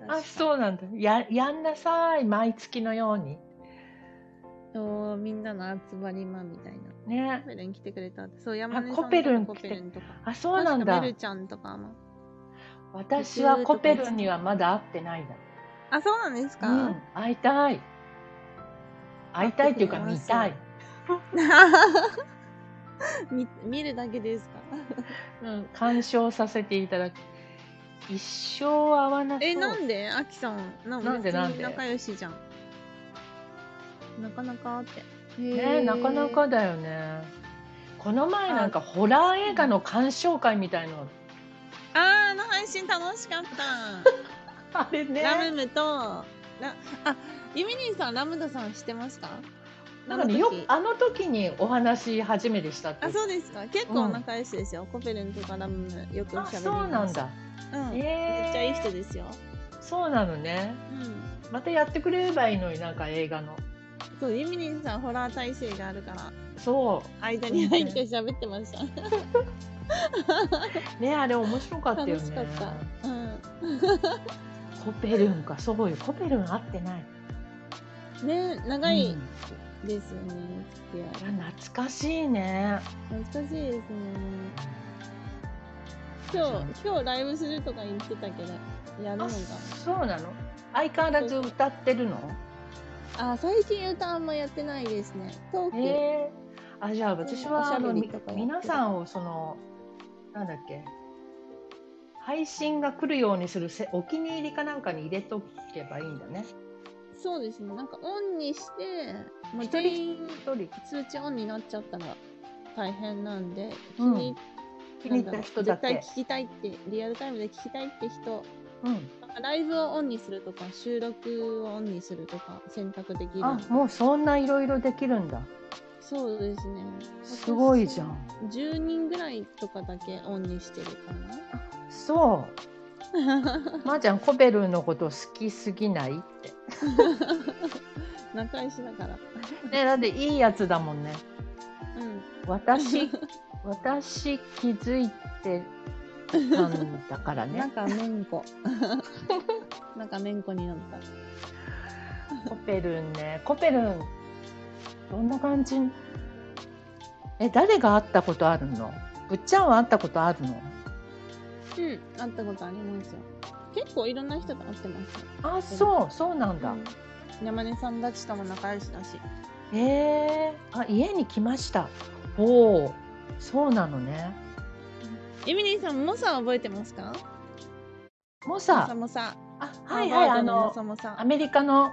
Speaker 3: な。
Speaker 1: あそうなんだややんなさい毎月のように
Speaker 3: そうみんなの集まり間みたい
Speaker 1: ね
Speaker 3: なコ。ペルン来てくれたってそう山根さんと
Speaker 1: コペルン
Speaker 3: コ
Speaker 1: 来て
Speaker 3: ペルンとか
Speaker 1: あ、そうなん
Speaker 3: 確か
Speaker 1: だ
Speaker 3: ベ。ルちゃんとかも
Speaker 1: 私はコペルンにはまだ会ってないんだ。
Speaker 3: あそうなんですか、
Speaker 1: うん、会いたい。会いたいっていうか
Speaker 3: 会っ
Speaker 1: 見
Speaker 3: てきま
Speaker 1: た
Speaker 3: す
Speaker 1: い。
Speaker 3: 見見るだけですか
Speaker 1: うん、鑑賞させていただく。一生会わなそう。
Speaker 3: えなんであきさんな
Speaker 1: なんで
Speaker 3: 別に
Speaker 1: なんで
Speaker 3: 仲良しじゃんなかなかって
Speaker 1: ねなかなかだよね。この前なんかホラー映画の鑑賞会みたいの。
Speaker 3: あーあの配信楽しかった
Speaker 1: あれ
Speaker 3: ラムムとラあユミリンさんラムダさん知ってますか
Speaker 1: なんか
Speaker 3: あ
Speaker 1: ね
Speaker 3: の時
Speaker 1: よくあの時にお話初めてしたってい
Speaker 3: あ
Speaker 1: う。
Speaker 3: そうですか結構仲良しですよ、コペルンとかラムムよく
Speaker 1: あ
Speaker 3: 喋り
Speaker 1: そうな
Speaker 3: ま
Speaker 1: ん
Speaker 3: す
Speaker 1: だ。
Speaker 3: うん、
Speaker 1: ええ
Speaker 3: めっちゃいい人ですよ
Speaker 1: そうなのね。
Speaker 3: うん
Speaker 1: またやってくれればいいのになんか映画の。
Speaker 3: そうユミリンさんホラー耐性があるから
Speaker 1: そ
Speaker 3: 間に入って喋ってました
Speaker 1: う。ねあれ面白かったよね。
Speaker 3: 楽しかった、うん
Speaker 1: コペルンかそうよコペルン会ってない。
Speaker 3: ね長い
Speaker 1: うん
Speaker 3: ですよね、付き合い
Speaker 1: いや懐かしいね。
Speaker 3: 懐かしいですね今日今日ライブするとか言ってたけどやるの
Speaker 1: あ
Speaker 3: か
Speaker 1: そうなの。相変わらず歌ってるの。
Speaker 3: あ最近歌あんまやってないですねトーク、
Speaker 1: ええあじゃあ私はあ
Speaker 3: おしゃ
Speaker 1: の
Speaker 3: べ
Speaker 1: み
Speaker 3: りとかやってた
Speaker 1: 皆さんをそのなんだっけ配信が来るようにするせお気に入りかなんかに入れとけばいいんだね。
Speaker 3: そうですねなんかオンにして、まあ、
Speaker 1: 一人
Speaker 3: 全員
Speaker 1: 一人
Speaker 3: 通知オンになっちゃったら大変なんで気
Speaker 1: うん
Speaker 3: に,、
Speaker 1: 気に入った人だけ
Speaker 3: 絶対。聞きたいってリアルタイムで聞きたいって人
Speaker 1: うん。
Speaker 3: ライブをオンにするとか収録をオンにするとか選択できる
Speaker 1: あもうそんないろいろできるんだ。
Speaker 3: そうですね
Speaker 1: すごいじゃん。
Speaker 3: 10人ぐらいとかだけオンにしてるか
Speaker 1: そう。まー、ちゃんコベルンのこと好きすぎないって。
Speaker 3: な仲良しだから
Speaker 1: ねだっていいやつだもんね。
Speaker 3: うん
Speaker 1: 私私気づいてたんだからね
Speaker 3: なん。かめんこなんかめんこになった
Speaker 1: コペルンねコペルンどんな感じえ誰が会ったことあるのぶっちゃんは会ったことあるの
Speaker 3: うん会ったことありますよ結構いろんな人と会ってますよ、
Speaker 1: あそうそうなんだ、
Speaker 3: うん山根さんたちとも仲良しだし
Speaker 1: えー、あ家に来ましたおおそうなのね
Speaker 3: エミリーさんモサ覚えてますか
Speaker 1: も
Speaker 3: モサ
Speaker 1: さ
Speaker 3: モサ
Speaker 1: あはいはいあ
Speaker 3: モ
Speaker 1: の
Speaker 3: サモサ
Speaker 1: アメリカの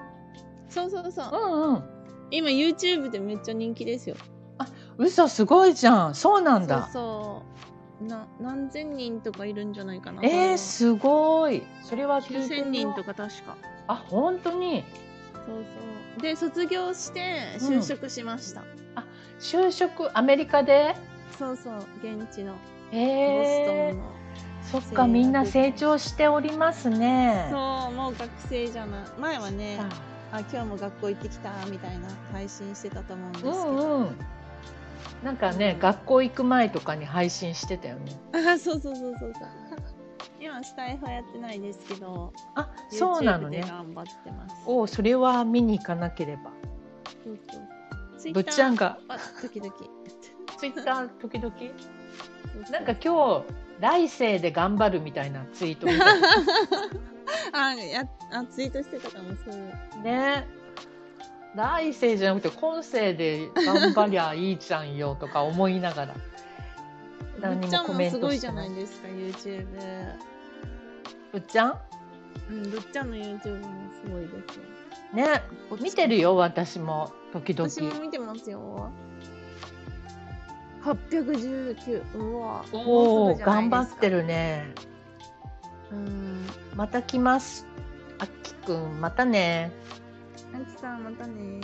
Speaker 3: そうそうそう
Speaker 1: うんうん
Speaker 3: 今 YouTube でめっちゃ人気ですよ。
Speaker 1: 嘘すごいじゃんそうなんだ
Speaker 3: そうそう。な何千人とかいるんじゃないかな。
Speaker 1: えー、すごいそれは聞いてみよう
Speaker 3: 9000人とか確か。
Speaker 1: あ本当に
Speaker 3: そうそう。で卒業して就職しました。
Speaker 1: 就職アメリカで
Speaker 3: そうそう現地の
Speaker 1: え
Speaker 3: ボ
Speaker 1: え
Speaker 3: ストンの。
Speaker 1: そっかみんな成長しておりますね。
Speaker 3: そうもう学生じゃない。前はね
Speaker 1: あ
Speaker 3: あ今日も学校行ってきたみたいな配信してたと思うんですけ
Speaker 1: う
Speaker 3: ど。
Speaker 1: んうん。なんかね、
Speaker 3: うん
Speaker 1: 学校行く前とかに配信してたよね。
Speaker 3: あ そうそうそうそうそう。今スタイフはやってないですけど、
Speaker 1: あ、そうなの
Speaker 3: YouTube で
Speaker 1: ね。
Speaker 3: 頑張ってます。
Speaker 1: おうそれは見に行かなければ。
Speaker 3: そうそう
Speaker 1: ぶっちゃんが
Speaker 3: Twitter は時々。
Speaker 1: ツイッター時々 なんか今日来世で頑張るみたいなツイート見た
Speaker 3: あやあツイートしてたかもそういう
Speaker 1: ね。来世じゃなくて今世で頑張りゃいいじゃんよとか思いながら何に
Speaker 3: ぶっち
Speaker 1: も
Speaker 3: ゃん
Speaker 1: コ
Speaker 3: も
Speaker 1: メン
Speaker 3: す
Speaker 1: ト
Speaker 3: ご
Speaker 1: し
Speaker 3: いじ
Speaker 1: て
Speaker 3: ゃ
Speaker 1: な
Speaker 3: ないい。ですか YouTube
Speaker 1: ぶっちゃん
Speaker 3: うんぶっちゃんの YouTube もすごいですよ
Speaker 1: ね見てるよ私も時々
Speaker 3: 私も見てますよ819うわ
Speaker 1: お
Speaker 3: も
Speaker 1: お
Speaker 3: うすぐじゃない
Speaker 1: 頑張
Speaker 3: で
Speaker 1: っ
Speaker 3: すか
Speaker 1: てるね
Speaker 3: うん
Speaker 1: また来ますあっきくんまたね、
Speaker 3: あきさんまたね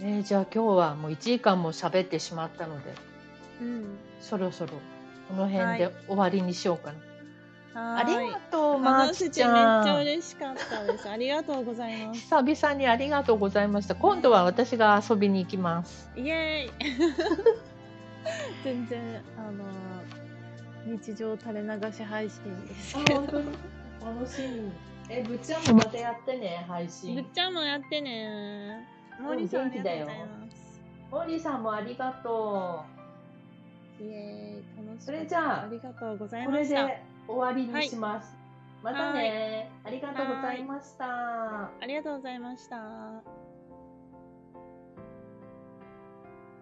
Speaker 1: えーじゃあ今日はもう1時間も喋ってしまったので
Speaker 3: うん
Speaker 1: そろそろこの辺で終わりにしようかな、
Speaker 3: は
Speaker 1: あ
Speaker 3: ー
Speaker 1: り
Speaker 3: い
Speaker 1: がとうまー
Speaker 3: 話せ
Speaker 1: ち
Speaker 3: てめっち
Speaker 1: ゃ
Speaker 3: ゃ
Speaker 1: ん
Speaker 3: 嬉しかったですありがとうございます
Speaker 1: 久々にありがとうございました今度は私が遊びに行きます
Speaker 3: イエーイ 全然あの日常垂れ流し配信ですけど
Speaker 8: 楽しみ。
Speaker 1: え、ぶっちゃんもまたやってね、配
Speaker 3: ぶっ
Speaker 1: 信。
Speaker 3: ちゃんもやってね
Speaker 9: モーリーさん、
Speaker 1: 元気だ
Speaker 9: あ
Speaker 1: よ
Speaker 9: りがとうございます
Speaker 1: モーリーさんもありがと
Speaker 3: イエーイ楽しかった
Speaker 1: それじゃあ
Speaker 3: ありがとうござ
Speaker 1: う。
Speaker 3: い
Speaker 1: こ
Speaker 3: ま
Speaker 1: れ
Speaker 3: し
Speaker 1: で
Speaker 3: た
Speaker 1: 終わりにします。またね。ありがとうございました。
Speaker 3: ありがとうございました